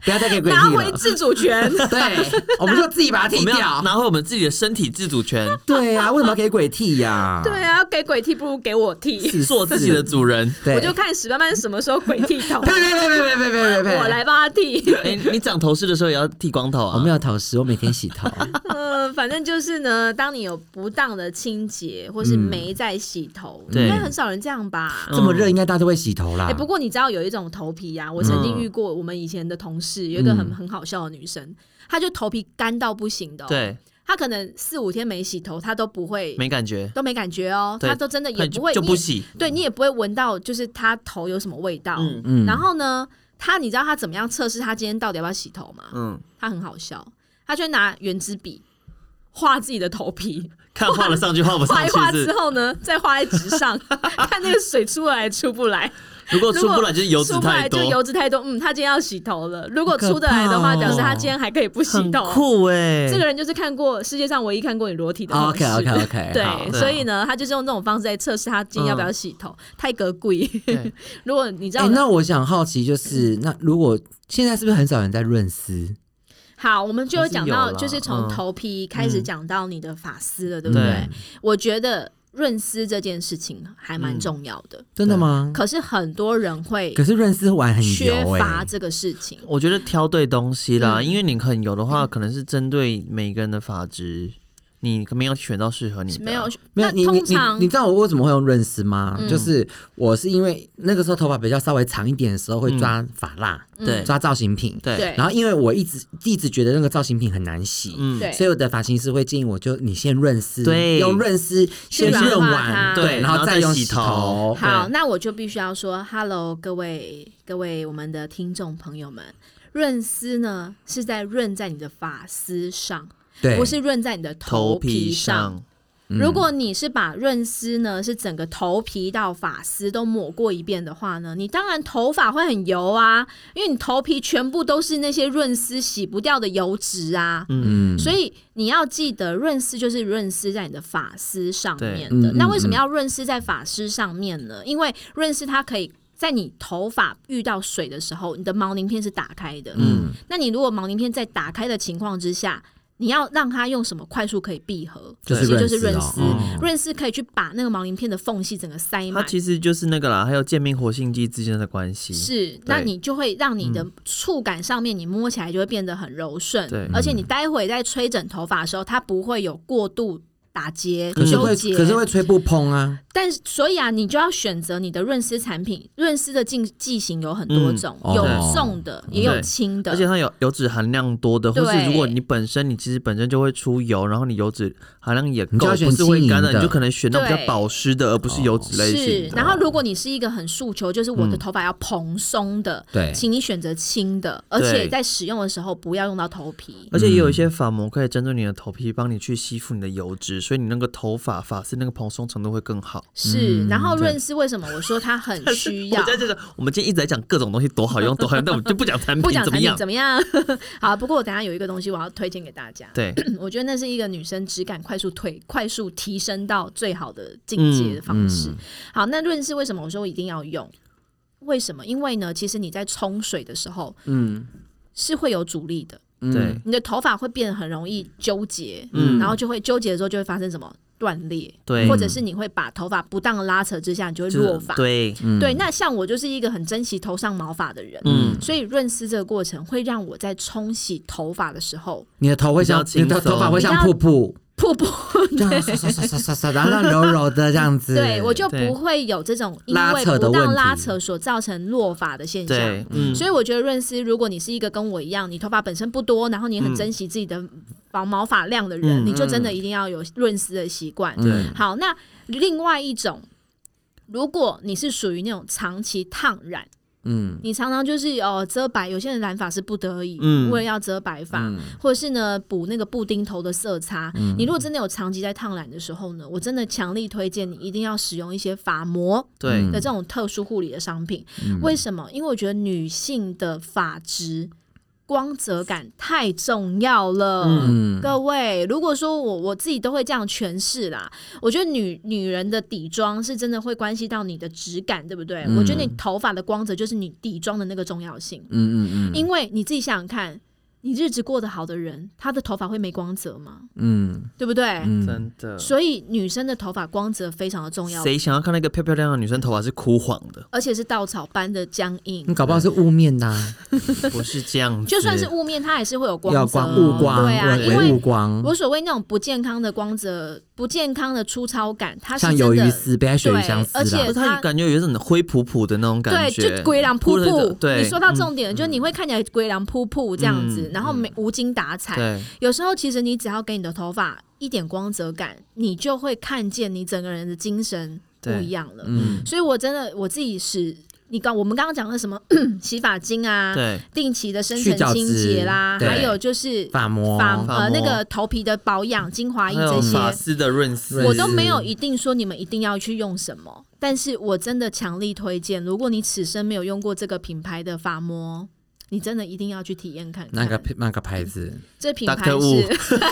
[SPEAKER 4] 不要再给鬼
[SPEAKER 3] 拿
[SPEAKER 4] 剃
[SPEAKER 3] 回
[SPEAKER 4] 了。
[SPEAKER 3] 自主权。
[SPEAKER 4] 对，啊我们就自己把它
[SPEAKER 2] 我
[SPEAKER 4] 剃
[SPEAKER 2] 们
[SPEAKER 4] 掉
[SPEAKER 2] 要。拿回我们自己的身体自主权，
[SPEAKER 4] 对啊，为什么要给鬼剃呀、
[SPEAKER 3] 对啊，给鬼剃不如给我剃，
[SPEAKER 4] 是
[SPEAKER 2] 做自己的。主 人。
[SPEAKER 4] 对，
[SPEAKER 3] 我就看史班班什么时候鬼剃头，
[SPEAKER 4] 呸呸呸呸呸呸呸呸呸！
[SPEAKER 3] 我来帮他剃。
[SPEAKER 2] 哎、你长头饰的时候也要剃光头啊？
[SPEAKER 4] 我没有头虱，我每天洗头。
[SPEAKER 3] 呃，反正就是呢，当你有不当的清洁或是没在洗头，
[SPEAKER 2] 对
[SPEAKER 3] 应该很少人这样吧？
[SPEAKER 4] 这么
[SPEAKER 2] 嗯
[SPEAKER 4] 热，应该大家都会洗头啦。
[SPEAKER 3] 哎、不过你知道有一种头皮呀、我曾经遇过我们以前的同事，有一个很很好笑的女生，她就头皮干到不行的、哦，，
[SPEAKER 2] 对，
[SPEAKER 3] 她可能四五天没洗头，她都不会
[SPEAKER 2] 没感觉，
[SPEAKER 3] 都没感觉哦，
[SPEAKER 2] 对
[SPEAKER 3] 她都真的也
[SPEAKER 2] 就
[SPEAKER 3] 不会
[SPEAKER 2] 就
[SPEAKER 3] 你
[SPEAKER 2] 不
[SPEAKER 3] 也
[SPEAKER 2] 洗。
[SPEAKER 3] 对你也不会闻到就是她头有什么味道。
[SPEAKER 2] 嗯
[SPEAKER 4] 嗯
[SPEAKER 3] 然后呢，她你知道她怎么样测试她今天到底要不要洗头吗？
[SPEAKER 2] 嗯，
[SPEAKER 3] 她很好笑，她就拿圆珠笔画自己的头皮。
[SPEAKER 2] 看画了上去，画不
[SPEAKER 3] 画
[SPEAKER 2] 上
[SPEAKER 3] 一
[SPEAKER 2] 去
[SPEAKER 3] 画之
[SPEAKER 2] 是。
[SPEAKER 3] 后呢，再画在纸 上，看那个水出来出不来。
[SPEAKER 2] 如果
[SPEAKER 3] 如
[SPEAKER 2] 哦出
[SPEAKER 3] 果
[SPEAKER 2] 不来，就是油脂
[SPEAKER 3] 出不来
[SPEAKER 2] 太
[SPEAKER 3] 就
[SPEAKER 2] 多，
[SPEAKER 3] 油脂太多。嗯，他今天要洗头了。如果
[SPEAKER 4] 好可
[SPEAKER 3] 出得来的话，
[SPEAKER 4] 怕哦
[SPEAKER 3] 表示他今天还可以不洗
[SPEAKER 2] 很
[SPEAKER 3] 头。
[SPEAKER 2] 酷哎、
[SPEAKER 3] 这个人就是看过世界上唯一看过你裸体的
[SPEAKER 2] 哦
[SPEAKER 3] 同事。
[SPEAKER 4] OK OK OK，
[SPEAKER 3] 对，
[SPEAKER 2] 对
[SPEAKER 3] 所以呢，他就是用这种方式来测试他今天要不要洗头，太格贵。
[SPEAKER 2] 对
[SPEAKER 3] 如果你知
[SPEAKER 4] 嗯哎、
[SPEAKER 3] 道，嗯
[SPEAKER 4] 那我想好奇就是，那如果现在是不是很少人在润丝？
[SPEAKER 3] 好，我们就有讲
[SPEAKER 2] 还
[SPEAKER 3] 到，
[SPEAKER 2] 是有啦
[SPEAKER 3] 就是
[SPEAKER 4] 嗯
[SPEAKER 3] 从头皮开始讲到你的发丝了，对不对
[SPEAKER 2] 对？
[SPEAKER 3] 我觉得润丝这件事情还蛮重要的，
[SPEAKER 4] 真的吗？
[SPEAKER 3] 可是很多人会
[SPEAKER 4] 嗯可是润丝碗很
[SPEAKER 3] 缺
[SPEAKER 4] 油
[SPEAKER 3] 乏
[SPEAKER 4] 哎、
[SPEAKER 3] 这个事情。
[SPEAKER 2] 我觉得挑对东西啦，
[SPEAKER 3] 嗯
[SPEAKER 2] 因为你很油的话，可能是针对每个人的发质，你没有选到适合你的。
[SPEAKER 3] 没有，
[SPEAKER 4] 啊没有
[SPEAKER 3] 那
[SPEAKER 4] 你你
[SPEAKER 3] 通
[SPEAKER 4] 你
[SPEAKER 3] 常
[SPEAKER 4] 你知道我为什么会用润丝吗？
[SPEAKER 3] 嗯
[SPEAKER 4] 就是我是因为那个时候头发比较稍微长一点的时候会
[SPEAKER 2] 嗯
[SPEAKER 4] 抓发蜡，
[SPEAKER 2] 对
[SPEAKER 4] 抓造型品。
[SPEAKER 2] 对，
[SPEAKER 3] 嗯对，
[SPEAKER 4] 然后因为我一直一直觉得那个造型品很难洗，
[SPEAKER 2] 嗯，
[SPEAKER 3] 对
[SPEAKER 4] 所以我的发型师会建议我就你先润丝，
[SPEAKER 2] 对
[SPEAKER 4] 用润丝先
[SPEAKER 3] 软
[SPEAKER 4] 润
[SPEAKER 3] 化
[SPEAKER 4] 完，
[SPEAKER 3] 它
[SPEAKER 2] 对
[SPEAKER 4] 然
[SPEAKER 2] 然后
[SPEAKER 4] 再
[SPEAKER 2] 再
[SPEAKER 4] 用
[SPEAKER 2] 洗
[SPEAKER 4] 洗
[SPEAKER 2] 头
[SPEAKER 4] 头。
[SPEAKER 3] 好，
[SPEAKER 2] 对
[SPEAKER 3] 那我就必须要说，Hello，各位各位我们的听众朋友们，润丝呢是在润在你的发丝上，
[SPEAKER 4] 对，
[SPEAKER 3] 不
[SPEAKER 2] 嗯
[SPEAKER 3] 是润在你的
[SPEAKER 2] 头
[SPEAKER 3] 皮
[SPEAKER 2] 皮上，
[SPEAKER 4] 嗯
[SPEAKER 3] 如果你是把润丝呢是整个头皮到发丝都抹过一遍的话呢，你当然头发会很油啊，因为你头皮全部都是那些润丝洗不掉的油脂啊。
[SPEAKER 4] 嗯，
[SPEAKER 3] 所以你要记得，润丝就是润丝在你的发丝上面
[SPEAKER 4] 对
[SPEAKER 3] 的。
[SPEAKER 4] 嗯
[SPEAKER 3] 那
[SPEAKER 4] 嗯
[SPEAKER 3] 为什么
[SPEAKER 4] 嗯
[SPEAKER 3] 要润丝在发丝上面呢？因为润丝它可以。在你头发遇到水的时候，你的毛鳞片是打开的。嗯，那你如果毛鳞片在打开的情况之下，你要让它用什么快速可以闭合？
[SPEAKER 4] 就是
[SPEAKER 3] 其实就是
[SPEAKER 4] 润
[SPEAKER 3] 润
[SPEAKER 4] 丝
[SPEAKER 3] 丝
[SPEAKER 4] 哦，
[SPEAKER 3] 润丝可以去把那个毛鳞片的缝隙整个塞
[SPEAKER 2] 它
[SPEAKER 3] 满。
[SPEAKER 2] 其实就是那个啦，还有界面活性剂之间的关系。
[SPEAKER 3] 是，那你就会让你的
[SPEAKER 4] 嗯
[SPEAKER 3] 触感上面，你摸起来就会变得很柔顺，
[SPEAKER 2] 对
[SPEAKER 3] 而且
[SPEAKER 4] 嗯
[SPEAKER 3] 你待会在吹整头发的时候，它不会有过度打结、
[SPEAKER 4] 可是
[SPEAKER 3] 纠
[SPEAKER 4] 会
[SPEAKER 3] 结。
[SPEAKER 4] 可是会吹不蓬啊，
[SPEAKER 3] 但是所以啊，你就要选择你的润丝产品，润丝的剂剂型有很多种，
[SPEAKER 4] 嗯
[SPEAKER 3] 有
[SPEAKER 4] 哦
[SPEAKER 3] 重的，也有
[SPEAKER 2] 对
[SPEAKER 3] 轻的，
[SPEAKER 2] 而且它有油脂含量多的，或是
[SPEAKER 3] 对
[SPEAKER 2] 如果你本身你其实本身就会出油，然后你油脂含量也
[SPEAKER 4] 你就
[SPEAKER 2] 够，
[SPEAKER 4] 要选
[SPEAKER 2] 不是会干
[SPEAKER 4] 轻盈
[SPEAKER 2] 的，
[SPEAKER 4] 的
[SPEAKER 2] 你就可能选到比较
[SPEAKER 3] 对
[SPEAKER 2] 保湿的，而不是油脂类
[SPEAKER 3] 是
[SPEAKER 2] 型，的。
[SPEAKER 3] 然后如果你是一个很诉求，就是我的头发要蓬松的，
[SPEAKER 4] 对
[SPEAKER 3] 请你选择轻的，而
[SPEAKER 2] 嗯对嗯
[SPEAKER 3] 且在使用的时候不要用到头皮。
[SPEAKER 2] 而且也有一些发膜可以针对你的头皮，帮你去吸附你的油脂，所以你那个头发发丝那个蓬松程度会更好。
[SPEAKER 3] 是，然后
[SPEAKER 2] 对
[SPEAKER 3] 润丝为什么我说它很需
[SPEAKER 2] 我
[SPEAKER 3] 要？
[SPEAKER 2] 在这个，我们今天一直在讲各种东西多好用多好用，但我们就不讲产
[SPEAKER 3] 不
[SPEAKER 2] 品
[SPEAKER 3] 讲
[SPEAKER 2] 怎么
[SPEAKER 3] 产品
[SPEAKER 2] 样。
[SPEAKER 3] 怎么样？ 好，不过我等一下有一个东西我要推荐给大家，嗯
[SPEAKER 2] 对，
[SPEAKER 3] 我觉得那是一个女生质感快速推、快速提升到最好的境界的方式。
[SPEAKER 2] 嗯
[SPEAKER 3] 好，那润丝为什么我说我一定要用？为什么？因为呢，其实你在冲水的时候，嗯，是会有阻力的，
[SPEAKER 2] 对，
[SPEAKER 3] 你的头发会变得很容易纠结，
[SPEAKER 2] 嗯
[SPEAKER 3] 然后就会纠结的时候就会发生什么断裂，
[SPEAKER 2] 对
[SPEAKER 3] 或者是你会把头发不当的拉扯之下，你就会
[SPEAKER 2] 就是
[SPEAKER 3] 落发，
[SPEAKER 2] 对，
[SPEAKER 3] 对，那像我就是一个很珍惜头上毛发的人，
[SPEAKER 2] 嗯
[SPEAKER 3] 所以润丝这个过程会让我在冲洗头发的时候，
[SPEAKER 4] 你的头会像
[SPEAKER 2] 比较轻
[SPEAKER 4] 你
[SPEAKER 2] 松
[SPEAKER 4] 的头发会像
[SPEAKER 3] 比较
[SPEAKER 4] 瀑布，
[SPEAKER 3] 瀑布，
[SPEAKER 4] 这样刷刷刷刷刷刷，然后让柔柔的这样子。
[SPEAKER 3] 对我就
[SPEAKER 2] 对
[SPEAKER 3] 不会有这种因
[SPEAKER 4] 拉
[SPEAKER 3] 为
[SPEAKER 4] 扯的
[SPEAKER 3] 不当
[SPEAKER 4] 问
[SPEAKER 3] 拉
[SPEAKER 4] 题
[SPEAKER 3] 扯所造成落发的现象
[SPEAKER 2] 对。，嗯，
[SPEAKER 3] 所以我觉得润丝，如果你是一个跟我一样，你头发本身不多，然后你很珍惜自己的毛毛发量的人，
[SPEAKER 2] 嗯
[SPEAKER 4] 嗯
[SPEAKER 3] 你就真的一定要有润丝的习惯。
[SPEAKER 4] 对
[SPEAKER 3] 好，那另外一种如果你是属于那种长期烫染，
[SPEAKER 4] 嗯
[SPEAKER 3] 你常常就是哦遮白，有些人染发是不得已，
[SPEAKER 2] 嗯
[SPEAKER 3] 为了要遮白发，
[SPEAKER 4] 嗯
[SPEAKER 3] 或者是呢补那个布丁头的色差。你如果真的有长期在烫染的时候呢，我真的强力推荐你一定要使用一些发膜
[SPEAKER 2] 对，
[SPEAKER 3] 的这种特殊护理的商品。
[SPEAKER 4] 嗯
[SPEAKER 3] 为什么？因为我觉得女性的发质光泽感太重要了。
[SPEAKER 4] 嗯
[SPEAKER 3] 各位，如果说我我自己都会这样诠释啦，我觉得女女人的底妆是真的会关系到你的质感，对不对？我觉得你头发的光泽就是你底妆的那个重要性，
[SPEAKER 4] 嗯嗯嗯嗯
[SPEAKER 3] 因为你自己想想看，你日子过得好的人，她的头发会没光泽吗？
[SPEAKER 4] 嗯
[SPEAKER 3] 对不对？
[SPEAKER 4] 嗯，
[SPEAKER 2] 真的。
[SPEAKER 3] 所以女生的头发光泽非常的重要，
[SPEAKER 2] 谁想要看那个漂漂亮亮的女生头发是枯黄的？
[SPEAKER 3] 而且是稻草般的僵硬
[SPEAKER 4] 你。搞不好是雾面呐，
[SPEAKER 2] 不是这样子，
[SPEAKER 3] 就算是雾面，它还是会有光
[SPEAKER 4] 要
[SPEAKER 3] 泽哦，
[SPEAKER 4] 光雾光，
[SPEAKER 3] 对啊，因
[SPEAKER 4] 为
[SPEAKER 3] 为
[SPEAKER 4] 雾光，
[SPEAKER 3] 我所谓那种不健康的光泽、不健康的粗糙感，它是
[SPEAKER 4] 像鱿
[SPEAKER 3] 真
[SPEAKER 4] 鱼
[SPEAKER 3] 的
[SPEAKER 4] 丝，被鳕鱼相
[SPEAKER 3] 对
[SPEAKER 2] 可
[SPEAKER 3] 而
[SPEAKER 4] 思
[SPEAKER 3] 且
[SPEAKER 4] 啦
[SPEAKER 2] 是，它感觉有一种灰扑扑的那种感
[SPEAKER 3] 对，
[SPEAKER 2] 觉，
[SPEAKER 3] 就鬼狼
[SPEAKER 2] 扑
[SPEAKER 3] 扑
[SPEAKER 2] 了一个
[SPEAKER 3] 扑。
[SPEAKER 2] 对，
[SPEAKER 3] 你说到
[SPEAKER 2] 嗯
[SPEAKER 3] 重点，就是你会看起来鬼狼扑扑这样子，
[SPEAKER 2] 嗯
[SPEAKER 3] 然后没无精打采。
[SPEAKER 2] 对，
[SPEAKER 3] 有时候其实你只要给你的头发一点光泽感，你就会看见你整个人的精神不
[SPEAKER 2] 对
[SPEAKER 3] 一样了。
[SPEAKER 4] 嗯
[SPEAKER 3] 所以我真的我自己是。你刚我们刚刚讲的什么洗发精啊，
[SPEAKER 2] 对，
[SPEAKER 3] 定期的深
[SPEAKER 4] 去
[SPEAKER 3] 层
[SPEAKER 4] 角
[SPEAKER 3] 清
[SPEAKER 4] 质
[SPEAKER 3] 洁啦，
[SPEAKER 4] 对
[SPEAKER 3] 还有就是
[SPEAKER 4] 发膜，
[SPEAKER 3] 发
[SPEAKER 2] 发膜
[SPEAKER 3] 呃那个头皮的保养、精华
[SPEAKER 2] 还
[SPEAKER 3] 液
[SPEAKER 2] 有
[SPEAKER 3] 这些，
[SPEAKER 2] 发丝的润丝，
[SPEAKER 3] 我都没有一定说你们一定要去用什么，但是我真的强力推荐，如果你此生没有用过这个品牌的发膜，你真的一定要去体验看看。
[SPEAKER 4] 那个那个牌子，
[SPEAKER 3] 这品牌
[SPEAKER 2] Dr.
[SPEAKER 3] 是
[SPEAKER 2] Wu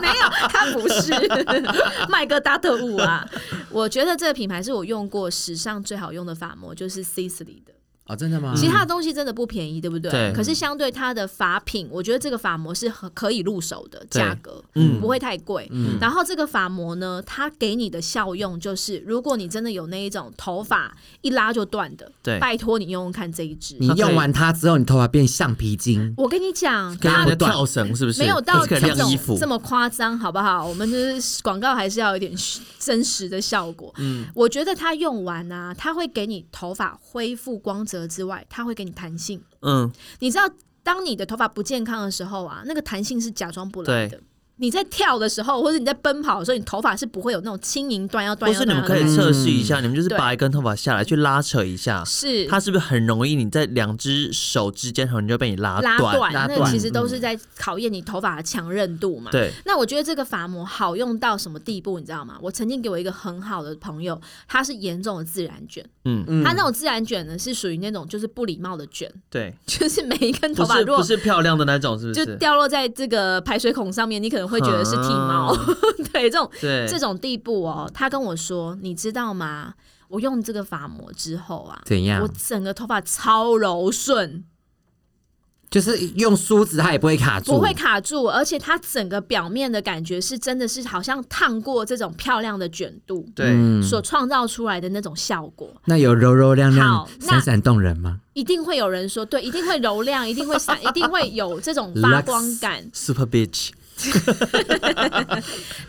[SPEAKER 3] 没有，它不是 麦哥达特物啊。我觉得这个品牌是我用过史上最好用的发膜，就是 Sisley 的。
[SPEAKER 4] 哦，真的吗？
[SPEAKER 3] 其实它的东西真的不便宜，对不对？
[SPEAKER 2] 嗯对
[SPEAKER 3] 可是相对它的发品，我觉得这个发膜是很可以入手的价格，
[SPEAKER 2] 嗯
[SPEAKER 3] 不会太贵。
[SPEAKER 4] 嗯
[SPEAKER 3] 然后这个发膜呢，它给你的效用就是，如果你真的有那一种头发一拉就断的，
[SPEAKER 2] 对嗯
[SPEAKER 3] 拜托你用用看这一支
[SPEAKER 4] 你。用完它之后，你头发变橡皮筋，
[SPEAKER 3] 我跟你讲，
[SPEAKER 2] 可以
[SPEAKER 3] 它
[SPEAKER 2] 让人家跳绳是不是？
[SPEAKER 3] 没有到
[SPEAKER 2] 可以
[SPEAKER 3] 这
[SPEAKER 2] 晾衣
[SPEAKER 3] 种
[SPEAKER 2] 服，
[SPEAKER 3] 这么夸张，好不好？我们就是广告还是要有一点真实的效果。嗯，我觉得它用完啊，它会给你头发恢复光泽之外，它会给你弹性。
[SPEAKER 2] 嗯，
[SPEAKER 3] 你知道，当你的头发不健康的时候啊，那个弹性是假装不来的。你在跳的时候，或者你在奔跑的时候，你头发是不会有那种轻盈断腰断
[SPEAKER 2] 或
[SPEAKER 3] 腰
[SPEAKER 2] 是
[SPEAKER 3] 断
[SPEAKER 2] 你们
[SPEAKER 3] 腰
[SPEAKER 2] 可
[SPEAKER 3] 的
[SPEAKER 2] 以
[SPEAKER 3] 感觉。
[SPEAKER 2] 测试一下，你们就是
[SPEAKER 3] 对
[SPEAKER 2] 拔一根头发下来去拉扯一下，
[SPEAKER 3] 是
[SPEAKER 2] 它是不是很容易？你在两只手之间很容易就被你拉
[SPEAKER 3] 拉
[SPEAKER 2] 断，
[SPEAKER 3] 那
[SPEAKER 4] 断
[SPEAKER 3] 其实都是在考验你头发的强韧度嘛。
[SPEAKER 2] 对，
[SPEAKER 3] 那我觉得这个发膜好用到什么地步，你知道吗？我曾经给我一个很好的朋友，他是严重的自然卷，
[SPEAKER 2] 嗯，
[SPEAKER 4] 嗯
[SPEAKER 3] 他那种自然卷呢是属于那种就是不礼貌的卷，
[SPEAKER 2] 对，
[SPEAKER 3] 就是每一根头
[SPEAKER 2] 不
[SPEAKER 3] 发
[SPEAKER 2] 是
[SPEAKER 3] 如果
[SPEAKER 2] 不是漂亮的那种，是不？
[SPEAKER 3] 就是掉落在这个排水孔上面，你可能会觉得是剃毛，
[SPEAKER 2] 啊
[SPEAKER 3] 对这种
[SPEAKER 2] 对，
[SPEAKER 3] 这种地步哦，他跟我说，你知道吗？我用这个发膜之后啊，
[SPEAKER 4] 怎样
[SPEAKER 3] 我？整个头发超柔顺，
[SPEAKER 4] 就是用梳子，它也不会卡住，
[SPEAKER 3] 不会卡住，而且它整个表面的感觉是真的是好像烫过这种漂亮的卷度
[SPEAKER 2] 对，
[SPEAKER 4] 嗯
[SPEAKER 3] 所创造出来的那种效果。
[SPEAKER 4] 那有柔柔亮亮
[SPEAKER 3] 好、那
[SPEAKER 4] 闪闪动人吗？
[SPEAKER 3] 一定会有人说，对，一定会柔亮，一定会 闪，一定会有这种发光感。
[SPEAKER 2] Super bitch，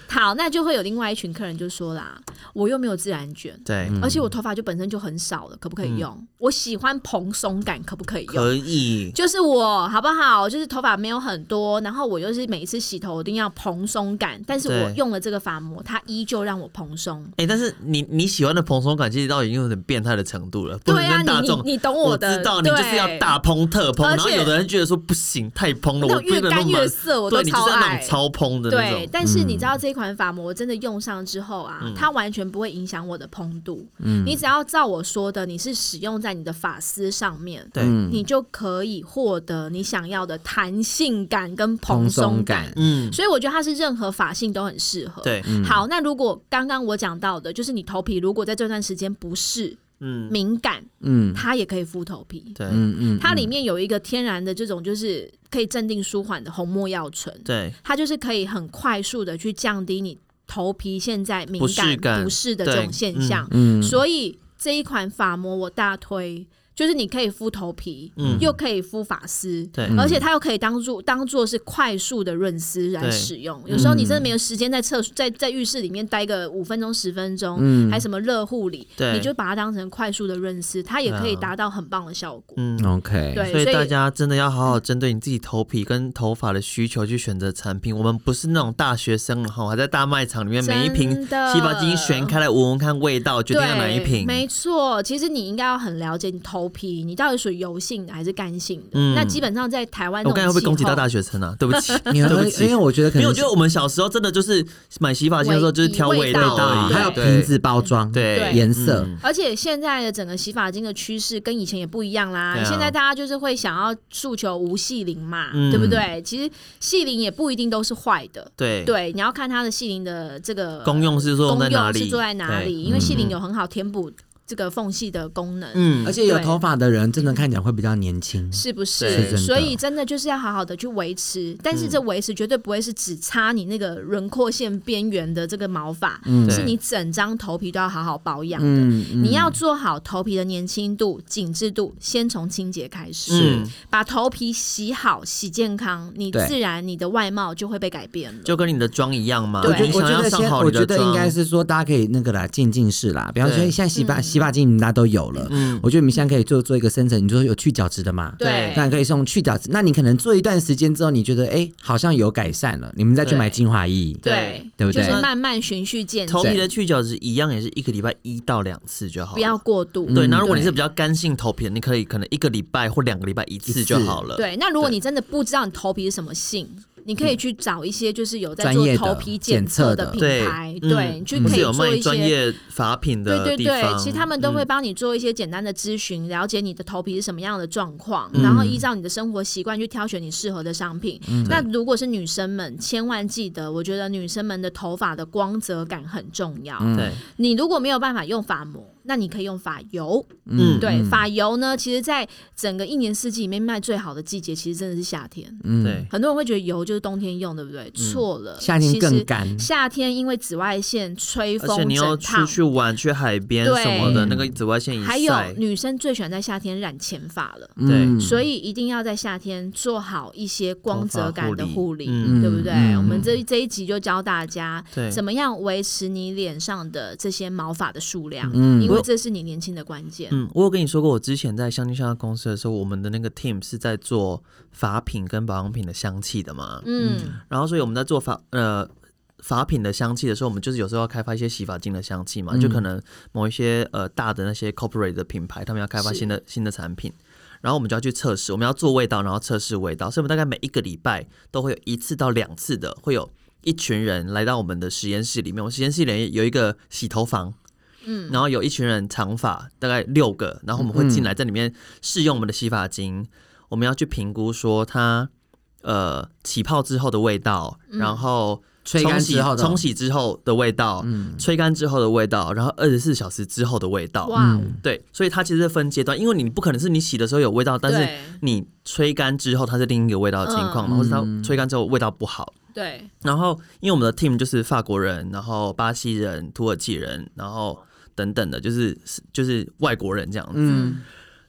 [SPEAKER 3] 好，那就会有另外一群客人就说啦，我又没有自然卷，
[SPEAKER 2] 对，
[SPEAKER 4] 嗯
[SPEAKER 3] 而且我头发就本身就很少了，可不可以用？我喜欢蓬松感，可不可以用？
[SPEAKER 2] 可以，
[SPEAKER 3] 就是我好不好？就是头发没有很多，然后我就是每一次洗头一定要蓬松感，但是我
[SPEAKER 2] 对
[SPEAKER 3] 用了这个发膜，它依旧让我蓬松。
[SPEAKER 2] 哎、但是你你喜欢的蓬松感，其实到已经有点变态的程度了，不
[SPEAKER 3] 对
[SPEAKER 2] 能
[SPEAKER 3] 啊，
[SPEAKER 2] 跟大
[SPEAKER 3] 你
[SPEAKER 2] 众。
[SPEAKER 3] 你你懂
[SPEAKER 2] 我
[SPEAKER 3] 的，
[SPEAKER 2] 知道你就是
[SPEAKER 3] 对
[SPEAKER 2] 要大蓬特蓬，
[SPEAKER 3] 而
[SPEAKER 2] 然
[SPEAKER 3] 且
[SPEAKER 2] 后有的人觉得说不行，太蓬了，
[SPEAKER 3] 那
[SPEAKER 2] 我
[SPEAKER 3] 种越
[SPEAKER 2] 不能
[SPEAKER 3] 干
[SPEAKER 2] 那么
[SPEAKER 3] 越色，我都
[SPEAKER 2] 对你就
[SPEAKER 3] 超
[SPEAKER 2] 是那
[SPEAKER 3] 爱
[SPEAKER 2] 种。超蓬的那
[SPEAKER 3] 对
[SPEAKER 2] 种，，嗯
[SPEAKER 3] 但是你知道这款发膜我真的用上之后啊，它完全不会影响我的蓬度。
[SPEAKER 2] 嗯
[SPEAKER 3] 你只要照我说的，你是使用在你的发丝上面，
[SPEAKER 2] 对，嗯
[SPEAKER 4] 嗯
[SPEAKER 3] 你就可以获得你想要的弹性感跟
[SPEAKER 4] 蓬
[SPEAKER 3] 蓬
[SPEAKER 4] 松
[SPEAKER 3] 松
[SPEAKER 4] 感
[SPEAKER 3] 感。，
[SPEAKER 2] 嗯，
[SPEAKER 3] 所以我觉得它是任何发性都很适合。
[SPEAKER 2] 对，嗯
[SPEAKER 3] 好，那如果刚刚我讲到的，就是你头皮如果在这段时间不适、
[SPEAKER 2] 嗯，
[SPEAKER 3] 敏感，
[SPEAKER 4] 嗯
[SPEAKER 3] 它也可以敷头皮。
[SPEAKER 2] 对，
[SPEAKER 4] 嗯嗯，
[SPEAKER 3] 它里面有一个天然的这种，就是可以镇定舒缓的红没药醇，
[SPEAKER 2] 对，
[SPEAKER 3] 它就是可以很快速的去降低你头皮现在敏
[SPEAKER 2] 不适
[SPEAKER 3] 感
[SPEAKER 2] 感
[SPEAKER 3] 不适的这种
[SPEAKER 2] 对
[SPEAKER 3] 现象。
[SPEAKER 4] 嗯
[SPEAKER 3] 所以这一款发膜我大推。就是你可以敷头皮，又可以敷发丝，
[SPEAKER 2] 对
[SPEAKER 3] 而且它又可以当做当做是快速的润丝来
[SPEAKER 2] 对
[SPEAKER 3] 使用。有时候你真的没有时间在厕所在在浴室里面待个五分钟十分钟，还什么热护理，
[SPEAKER 2] 嗯对
[SPEAKER 3] 你就把它当成快速的润丝，它也可以达到很棒的效果。
[SPEAKER 2] 嗯，
[SPEAKER 4] OK，
[SPEAKER 3] 对
[SPEAKER 2] 所以
[SPEAKER 3] 所以嗯
[SPEAKER 2] 大家真的要好好针对你自己头皮跟头发的需求去选择产品。我们不是那种大学生了哈，还在大卖场里面每一瓶
[SPEAKER 3] 真的
[SPEAKER 2] 洗发精选开来闻闻看味道，决定要哪一
[SPEAKER 3] 对
[SPEAKER 2] 瓶。
[SPEAKER 3] 没错，其实你应该要很了解你头皮，你到底属于油性的还是干性的。
[SPEAKER 2] 嗯
[SPEAKER 3] 那基本上在台湾，
[SPEAKER 2] 我刚才会被攻击到大
[SPEAKER 3] 家。
[SPEAKER 2] 学 生啊，对 不起，
[SPEAKER 4] 因
[SPEAKER 2] 对不
[SPEAKER 4] 为
[SPEAKER 2] 起
[SPEAKER 4] 因。为我觉得可
[SPEAKER 2] 没有，
[SPEAKER 4] 能
[SPEAKER 2] 我觉得我们小时候真的就是买洗发精的时候就是挑
[SPEAKER 3] 味
[SPEAKER 2] 道而已，啊
[SPEAKER 3] 味道
[SPEAKER 4] 啊
[SPEAKER 3] 啊
[SPEAKER 4] 还有
[SPEAKER 2] 对
[SPEAKER 4] 瓶子包装、
[SPEAKER 2] 对
[SPEAKER 4] 颜色，
[SPEAKER 2] 嗯
[SPEAKER 3] 而且现在的整个洗发精的趋势跟以前也不一样啦。
[SPEAKER 2] 对啊
[SPEAKER 3] 现在大家就是会想要诉求无细鳞嘛，
[SPEAKER 2] 嗯
[SPEAKER 3] 对不对？其实细鳞也不一定都是坏的，
[SPEAKER 2] 对
[SPEAKER 3] 对，你要看它的细鳞的这个
[SPEAKER 2] 功用是作用
[SPEAKER 3] 功
[SPEAKER 2] 在哪
[SPEAKER 3] 用
[SPEAKER 2] 里？
[SPEAKER 3] 是做在哪里，
[SPEAKER 2] 对
[SPEAKER 3] 因为细鳞有很好填补这个缝隙的功能。
[SPEAKER 2] 嗯
[SPEAKER 4] 而，且有
[SPEAKER 3] 对
[SPEAKER 4] 头发的人真的看起来会比较年轻。
[SPEAKER 3] 是不
[SPEAKER 2] 对是真嗯
[SPEAKER 3] 是？
[SPEAKER 4] 的
[SPEAKER 3] 所以真的就是要好好的去维持，但是这维持绝对不会是只擦你那个轮廓线边缘的这个毛发，
[SPEAKER 4] 嗯
[SPEAKER 3] 是你整张头皮都要好好保养。
[SPEAKER 4] 嗯，嗯
[SPEAKER 3] 你要做好头皮的年轻度、紧致度，先从清洁开始，
[SPEAKER 2] 嗯
[SPEAKER 3] 把头皮洗好、洗健康，你
[SPEAKER 4] 对
[SPEAKER 3] 自然你的外貌就会被改变了。
[SPEAKER 2] 就跟你的妆一样嘛。
[SPEAKER 3] 对
[SPEAKER 4] 我觉
[SPEAKER 2] 你
[SPEAKER 4] 得我
[SPEAKER 2] 想
[SPEAKER 4] 觉
[SPEAKER 2] 要
[SPEAKER 4] 得
[SPEAKER 2] 上
[SPEAKER 4] 先，
[SPEAKER 2] 好
[SPEAKER 4] 我
[SPEAKER 2] 你
[SPEAKER 4] 觉
[SPEAKER 2] 的
[SPEAKER 4] 得
[SPEAKER 2] 妆
[SPEAKER 4] 应该是说，大家可以那个啦，渐进式啦。比方说，
[SPEAKER 2] 对
[SPEAKER 4] 现在洗
[SPEAKER 3] 嗯
[SPEAKER 4] 发洗发精大家都有了，
[SPEAKER 2] 嗯
[SPEAKER 4] 我觉得你们现在可以做做一个深层，你说有去角质的嘛？
[SPEAKER 3] 对
[SPEAKER 4] 当然可以送去角质。那你可能做一段时间之后，你觉得哎好像有改善了，你们再去
[SPEAKER 2] 对
[SPEAKER 4] 买精华液。
[SPEAKER 3] 对，
[SPEAKER 4] 对不
[SPEAKER 3] 就
[SPEAKER 4] 对
[SPEAKER 3] 是慢慢循序渐进
[SPEAKER 2] 嗯头，皮的去角质一样，也是一个礼拜一到两次就好了。
[SPEAKER 3] 不要过度。
[SPEAKER 2] 对，那
[SPEAKER 4] 嗯
[SPEAKER 2] 如果你是
[SPEAKER 4] 对
[SPEAKER 2] 比较干性头皮的，你可以可能一个礼拜或两个礼拜一次就好了。，
[SPEAKER 3] 对，那如果
[SPEAKER 2] 对
[SPEAKER 3] 你真的不知道你头皮是什么性，你可以去找一些就是有在
[SPEAKER 4] 专
[SPEAKER 3] 做
[SPEAKER 4] 业的
[SPEAKER 3] 头皮
[SPEAKER 4] 检
[SPEAKER 3] 检
[SPEAKER 4] 测
[SPEAKER 3] 测
[SPEAKER 4] 的
[SPEAKER 3] 的品
[SPEAKER 2] 对
[SPEAKER 3] 牌，
[SPEAKER 2] 嗯
[SPEAKER 3] 对，你去
[SPEAKER 2] 或
[SPEAKER 3] 可
[SPEAKER 2] 是有
[SPEAKER 3] 以做
[SPEAKER 2] 卖
[SPEAKER 3] 一
[SPEAKER 2] 专
[SPEAKER 3] 些。
[SPEAKER 2] 业法品
[SPEAKER 3] 对
[SPEAKER 2] 的
[SPEAKER 3] 对
[SPEAKER 2] 地
[SPEAKER 3] 对，
[SPEAKER 2] 方，
[SPEAKER 3] 其实他们都会
[SPEAKER 2] 嗯
[SPEAKER 3] 帮你做一些简单的咨询，了解你的头皮是什么样的状况，
[SPEAKER 4] 嗯
[SPEAKER 3] 然后依照你的生活习惯去挑选你适合的商品。
[SPEAKER 2] 嗯
[SPEAKER 3] 那如果是女生们，千万记得，我觉得女生们的头发的光泽感很重要。
[SPEAKER 4] 嗯
[SPEAKER 2] 对，
[SPEAKER 3] 你如果没有办法用发膜，那你可以用发油。
[SPEAKER 2] 嗯
[SPEAKER 3] 对，发油呢，其实在整个一年四季里面卖最好的季节，其实真的是夏天。
[SPEAKER 4] 嗯
[SPEAKER 2] 对，
[SPEAKER 3] 很多人会觉得油就是冬天用，对不
[SPEAKER 2] 嗯
[SPEAKER 3] 对？错了，
[SPEAKER 4] 夏天
[SPEAKER 3] 其
[SPEAKER 4] 更
[SPEAKER 3] 实
[SPEAKER 4] 干。
[SPEAKER 3] 夏天因为紫外线吹
[SPEAKER 2] 而且
[SPEAKER 3] 风
[SPEAKER 2] 你要
[SPEAKER 3] 整
[SPEAKER 2] 出
[SPEAKER 3] 烫，
[SPEAKER 2] 去玩、去海边
[SPEAKER 3] 对
[SPEAKER 2] 什么的，那个紫外线一
[SPEAKER 3] 还有
[SPEAKER 2] 晒，
[SPEAKER 3] 女生最喜欢在夏天染前发了，
[SPEAKER 4] 嗯
[SPEAKER 3] 所以一定要在夏天做好一些光泽感的护理，
[SPEAKER 2] 头发护理嗯
[SPEAKER 3] 对不对？
[SPEAKER 4] 嗯
[SPEAKER 3] 我们这这一集就教大家
[SPEAKER 2] 对
[SPEAKER 3] 怎么样维持你脸上的这些毛发的数量，
[SPEAKER 4] 嗯
[SPEAKER 3] 因为这是你年轻的关键。
[SPEAKER 2] 嗯，我有跟你说过，我之前在香精香料公司的时候，我们的那个 team 是在做法品跟保养品的香气的嘛。
[SPEAKER 3] 嗯，
[SPEAKER 2] 然后所以我们在做法呃法品的香气的时候，我们就是有时候要开发一些洗发精的香气嘛，就可能某一些呃大的那些 corporate 的品牌，他们要开发
[SPEAKER 3] 是
[SPEAKER 2] 新的新的产品。然后我们就要去测试，我们要做味道，然后测试味道，所以我们大概每一个礼拜都会有一次到两次的，会有一群人来到我们的实验室里面。我们实验室里面有一个洗头房，嗯，然后有一群人长发，大概六个，然后我们会进来在里面试用我们的洗发精，我们要去评估说它呃起泡之后的味道，
[SPEAKER 3] 嗯
[SPEAKER 2] 然后
[SPEAKER 4] 吹干
[SPEAKER 2] 冲洗
[SPEAKER 4] 之后的
[SPEAKER 2] 冲洗之后的味道，吹干之后的嗯味道，然后二十四小时之后的味道，
[SPEAKER 3] 哇哦，
[SPEAKER 2] 对，所以它其实是分阶段，因为你不可能是你洗的时候有味道，但是
[SPEAKER 3] 对
[SPEAKER 2] 你吹干之后它是另一个味道的情况嘛，
[SPEAKER 4] 嗯
[SPEAKER 2] 或者它吹干之后味道不好。
[SPEAKER 3] 对，
[SPEAKER 2] 然后因为我们的 team 就是法国人，然后巴西人、土耳其人，然后等等的，就是就是外国人这样子。
[SPEAKER 4] 嗯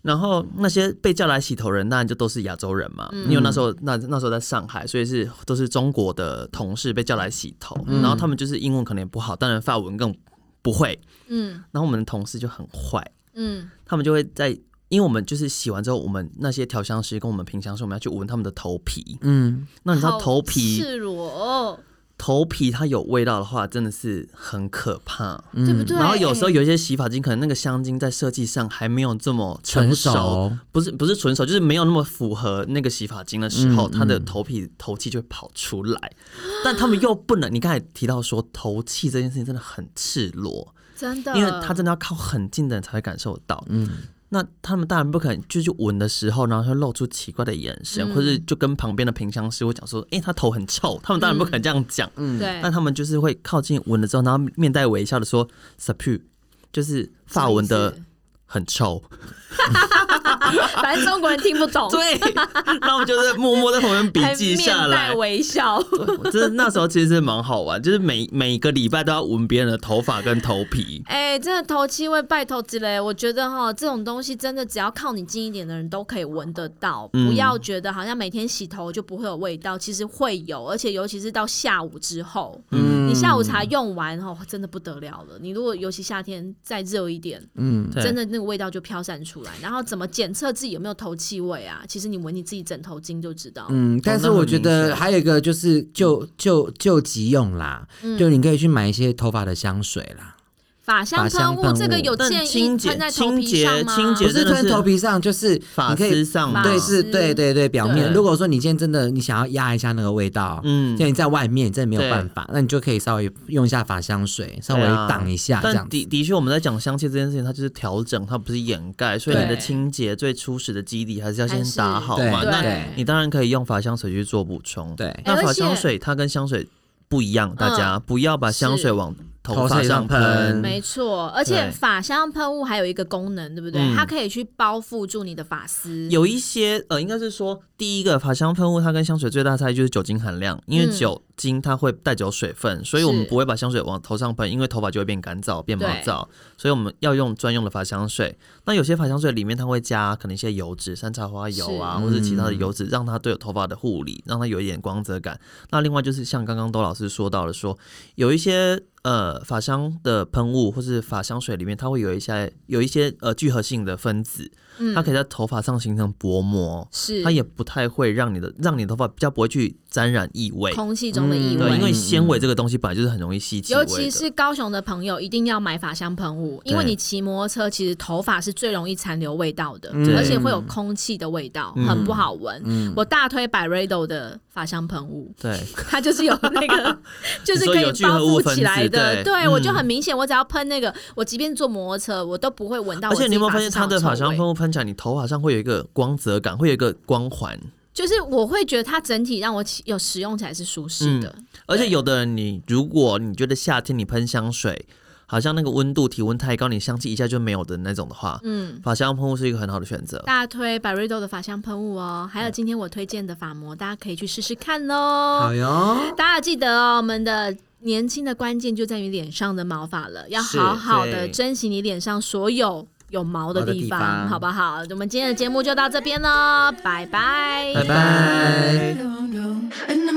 [SPEAKER 2] 然后那些被叫来洗头人，当然就都是亚洲人嘛，因为那时候那那时候在上海，所以是都是中国的同事被叫来洗头，然后他们就是英文可能也不好，当然法文更不会，
[SPEAKER 3] 嗯
[SPEAKER 2] 然后我们的同事就很坏，
[SPEAKER 3] 嗯
[SPEAKER 2] 他们就会在，因为我们就是洗完之后，我们那些调香师跟我们评香师，我们要去闻他们的头皮，
[SPEAKER 4] 嗯，
[SPEAKER 2] 那你知道
[SPEAKER 3] 好
[SPEAKER 2] 头皮
[SPEAKER 3] 赤裸哦，
[SPEAKER 2] 头皮它有味道的话，真的是很可怕。
[SPEAKER 3] 对不对？
[SPEAKER 2] 嗯
[SPEAKER 3] 哎
[SPEAKER 2] 然后有时候有一些洗发精，可能那个香精在设计上还没有这么
[SPEAKER 4] 成
[SPEAKER 2] 熟
[SPEAKER 4] 熟，
[SPEAKER 2] 不是不是纯手，就是没有那么符合那个洗发精的时候，
[SPEAKER 4] 嗯
[SPEAKER 2] 它的头皮头气就会跑出来。但他们又不能，你刚才提到说头气这件事情真的很赤裸，
[SPEAKER 3] 真的，
[SPEAKER 2] 因为它真的要靠很近的人才会感受到。
[SPEAKER 4] 嗯，
[SPEAKER 2] 那他们当然不可能，就去闻的时候，然后就露出奇怪的眼神，
[SPEAKER 3] 嗯
[SPEAKER 2] 或是就跟旁边的评香师会讲说：“哎、他头很臭。”他们当然不可能这样讲，
[SPEAKER 3] 对
[SPEAKER 2] 嗯但，他们就是会靠近闻了之后，然后面带微笑的说 s a p u 就是发文
[SPEAKER 3] 什么意
[SPEAKER 2] 的
[SPEAKER 3] 思
[SPEAKER 2] 很臭。
[SPEAKER 3] 反正中国人听不懂，
[SPEAKER 2] 对， 然后我就是默默在旁边笔
[SPEAKER 3] 还
[SPEAKER 2] 记下
[SPEAKER 3] 面
[SPEAKER 2] 来
[SPEAKER 3] 带。微笑。
[SPEAKER 2] 我真的那时候其实是蛮好玩，就是每每个礼拜都要闻别人的头发跟头皮。
[SPEAKER 3] 哎、真的头七位拜头之类，我觉得哈，这种东西真的只要靠你近一点的人都可以闻得到，
[SPEAKER 4] 嗯
[SPEAKER 3] 不要觉得好像每天洗头就不会有味道，其实会有，而且尤其是到下午之后，
[SPEAKER 4] 嗯
[SPEAKER 3] 你下午茶用完哦，真的不得了了。你如果尤其夏天再热一点，
[SPEAKER 4] 嗯，
[SPEAKER 2] 对
[SPEAKER 3] 真的那个味道就飘散出来。然后怎么检测自己有没有头气味啊？其实你闻你自己枕头巾就知道。
[SPEAKER 4] 嗯，但是我觉得还有一个就是就就就急用啦，
[SPEAKER 3] 嗯
[SPEAKER 4] 就你可以去买一些头发的香水啦，
[SPEAKER 3] 法香喷雾
[SPEAKER 4] 法香喷雾
[SPEAKER 3] 这个有建
[SPEAKER 2] 但
[SPEAKER 3] 议
[SPEAKER 2] 清洁
[SPEAKER 3] 喷在头皮上吗？
[SPEAKER 2] 清洁清
[SPEAKER 4] 不
[SPEAKER 2] 洁
[SPEAKER 4] 是
[SPEAKER 2] 真的
[SPEAKER 4] 喷
[SPEAKER 2] 是
[SPEAKER 4] 头皮上，就是
[SPEAKER 2] 发
[SPEAKER 4] 你可
[SPEAKER 2] 丝
[SPEAKER 4] 以
[SPEAKER 2] 上嘛，
[SPEAKER 4] 对，
[SPEAKER 3] 发丝
[SPEAKER 4] 是，对对对，表面。
[SPEAKER 2] 对
[SPEAKER 4] 如果说你今天真的你想要压一下那个味道，
[SPEAKER 2] 嗯
[SPEAKER 4] 嗯，就你在外面真的没有
[SPEAKER 2] 对
[SPEAKER 4] 办法，那你就可以稍微用一下法香水，稍微
[SPEAKER 2] 对啊
[SPEAKER 4] 挡一下这
[SPEAKER 2] 但
[SPEAKER 4] 样子。
[SPEAKER 2] 的的确，我们在讲香气这件事情，它就是调整，它不是掩盖，所以你的
[SPEAKER 3] 对
[SPEAKER 2] 清洁最初始的基底还是要先
[SPEAKER 3] 还是
[SPEAKER 2] 打好
[SPEAKER 4] 对
[SPEAKER 2] 嘛。
[SPEAKER 3] 对
[SPEAKER 2] 那你当然可以用法香水去做补充。
[SPEAKER 4] 对
[SPEAKER 2] 那
[SPEAKER 3] 哎而
[SPEAKER 2] 法
[SPEAKER 3] 且嗯
[SPEAKER 2] 香水它跟香水不一样，大家不要把香水
[SPEAKER 3] 是
[SPEAKER 2] 往头
[SPEAKER 4] 头
[SPEAKER 2] 发
[SPEAKER 4] 上
[SPEAKER 2] 上
[SPEAKER 4] 喷
[SPEAKER 2] 喷。
[SPEAKER 3] 没错，而且
[SPEAKER 2] 嗯对
[SPEAKER 3] 法香喷雾还有一个功能，对不对？
[SPEAKER 2] 嗯
[SPEAKER 3] 它可以去包覆住你的发丝。
[SPEAKER 2] 有一些呃，应该是说第一个法香喷雾，它跟香水最大差异就是酒精含量，因为
[SPEAKER 3] 嗯
[SPEAKER 2] 酒精它会带走水分，所以我们
[SPEAKER 3] 是
[SPEAKER 2] 不会把香水往头上喷，因为头发就会变干燥、变毛
[SPEAKER 3] 对
[SPEAKER 2] 躁，所以我们要用专用的法香水。那有些法香水里面它会加可能一些油脂，山茶花油啊，
[SPEAKER 3] 是
[SPEAKER 2] 或者其他的油脂，让它对头发的护理，让它有一点光泽感。那另外就是像刚刚窦老师说到的说有一些呃法香的喷雾或是法香水里面，它会有一些有一些呃聚合性的分子，
[SPEAKER 3] 嗯
[SPEAKER 2] 它可以在头发上形成薄膜，
[SPEAKER 3] 是
[SPEAKER 2] 它也不太会让你的让你的头发比较不会去沾染异味。
[SPEAKER 3] 空气中的异
[SPEAKER 2] 嗯对，因
[SPEAKER 3] 味。
[SPEAKER 2] 为纤维这个东西本来就是很容易吸气味
[SPEAKER 3] 尤
[SPEAKER 2] 的，
[SPEAKER 3] 其是高雄的朋友，一定要买法香喷雾，因为
[SPEAKER 2] 对
[SPEAKER 3] 你骑摩托车，其实头发是最容易残留味道的，
[SPEAKER 2] 嗯
[SPEAKER 4] 对
[SPEAKER 3] 而且会有空气的味道，很不好闻。我大推百瑞斗的法香喷雾，
[SPEAKER 2] 对，
[SPEAKER 3] 它就是有那 个，就是
[SPEAKER 2] 你说
[SPEAKER 3] 可以
[SPEAKER 2] 有聚合
[SPEAKER 3] 包
[SPEAKER 2] 物
[SPEAKER 3] 覆
[SPEAKER 2] 分
[SPEAKER 3] 起
[SPEAKER 2] 子
[SPEAKER 3] 来的。
[SPEAKER 2] 对
[SPEAKER 3] 对，
[SPEAKER 2] 嗯
[SPEAKER 3] 我就很明显，我只要喷那个，我即便坐摩托车，我都不会闻到我
[SPEAKER 2] 而
[SPEAKER 3] 自己
[SPEAKER 2] 且你有没
[SPEAKER 3] 发丝上臭
[SPEAKER 2] 有
[SPEAKER 3] 味。
[SPEAKER 2] 发现它的法香喷雾喷起来，你头发上会有一个光泽感，会有一个光环。
[SPEAKER 3] 就是我会觉得它整体让我起有使用起来是舒
[SPEAKER 4] 嗯
[SPEAKER 3] 适的，
[SPEAKER 2] 而且有的人你，如果你觉得夏天你喷香水，好像那个温度体温太高，你香气一下就没有的那种的话，
[SPEAKER 3] 嗯。
[SPEAKER 2] 法香喷雾是一个很好的选择。
[SPEAKER 3] 大家推百瑞豆的法香喷雾哦，还有今天我推荐的发膜，大家可以去试试看
[SPEAKER 4] 好
[SPEAKER 3] 喽。
[SPEAKER 4] 哟，
[SPEAKER 3] 大家记得哦，我们的年轻的关键就在于脸上的毛发了，要
[SPEAKER 2] 是
[SPEAKER 3] 好好的
[SPEAKER 2] 对
[SPEAKER 3] 珍惜你脸上所有有毛的
[SPEAKER 4] 毛的
[SPEAKER 3] 地
[SPEAKER 4] 地
[SPEAKER 3] 方，
[SPEAKER 4] 方
[SPEAKER 3] 好不好？我们今天的节目就到这边喽，拜拜，
[SPEAKER 2] 拜拜。
[SPEAKER 1] don't know. And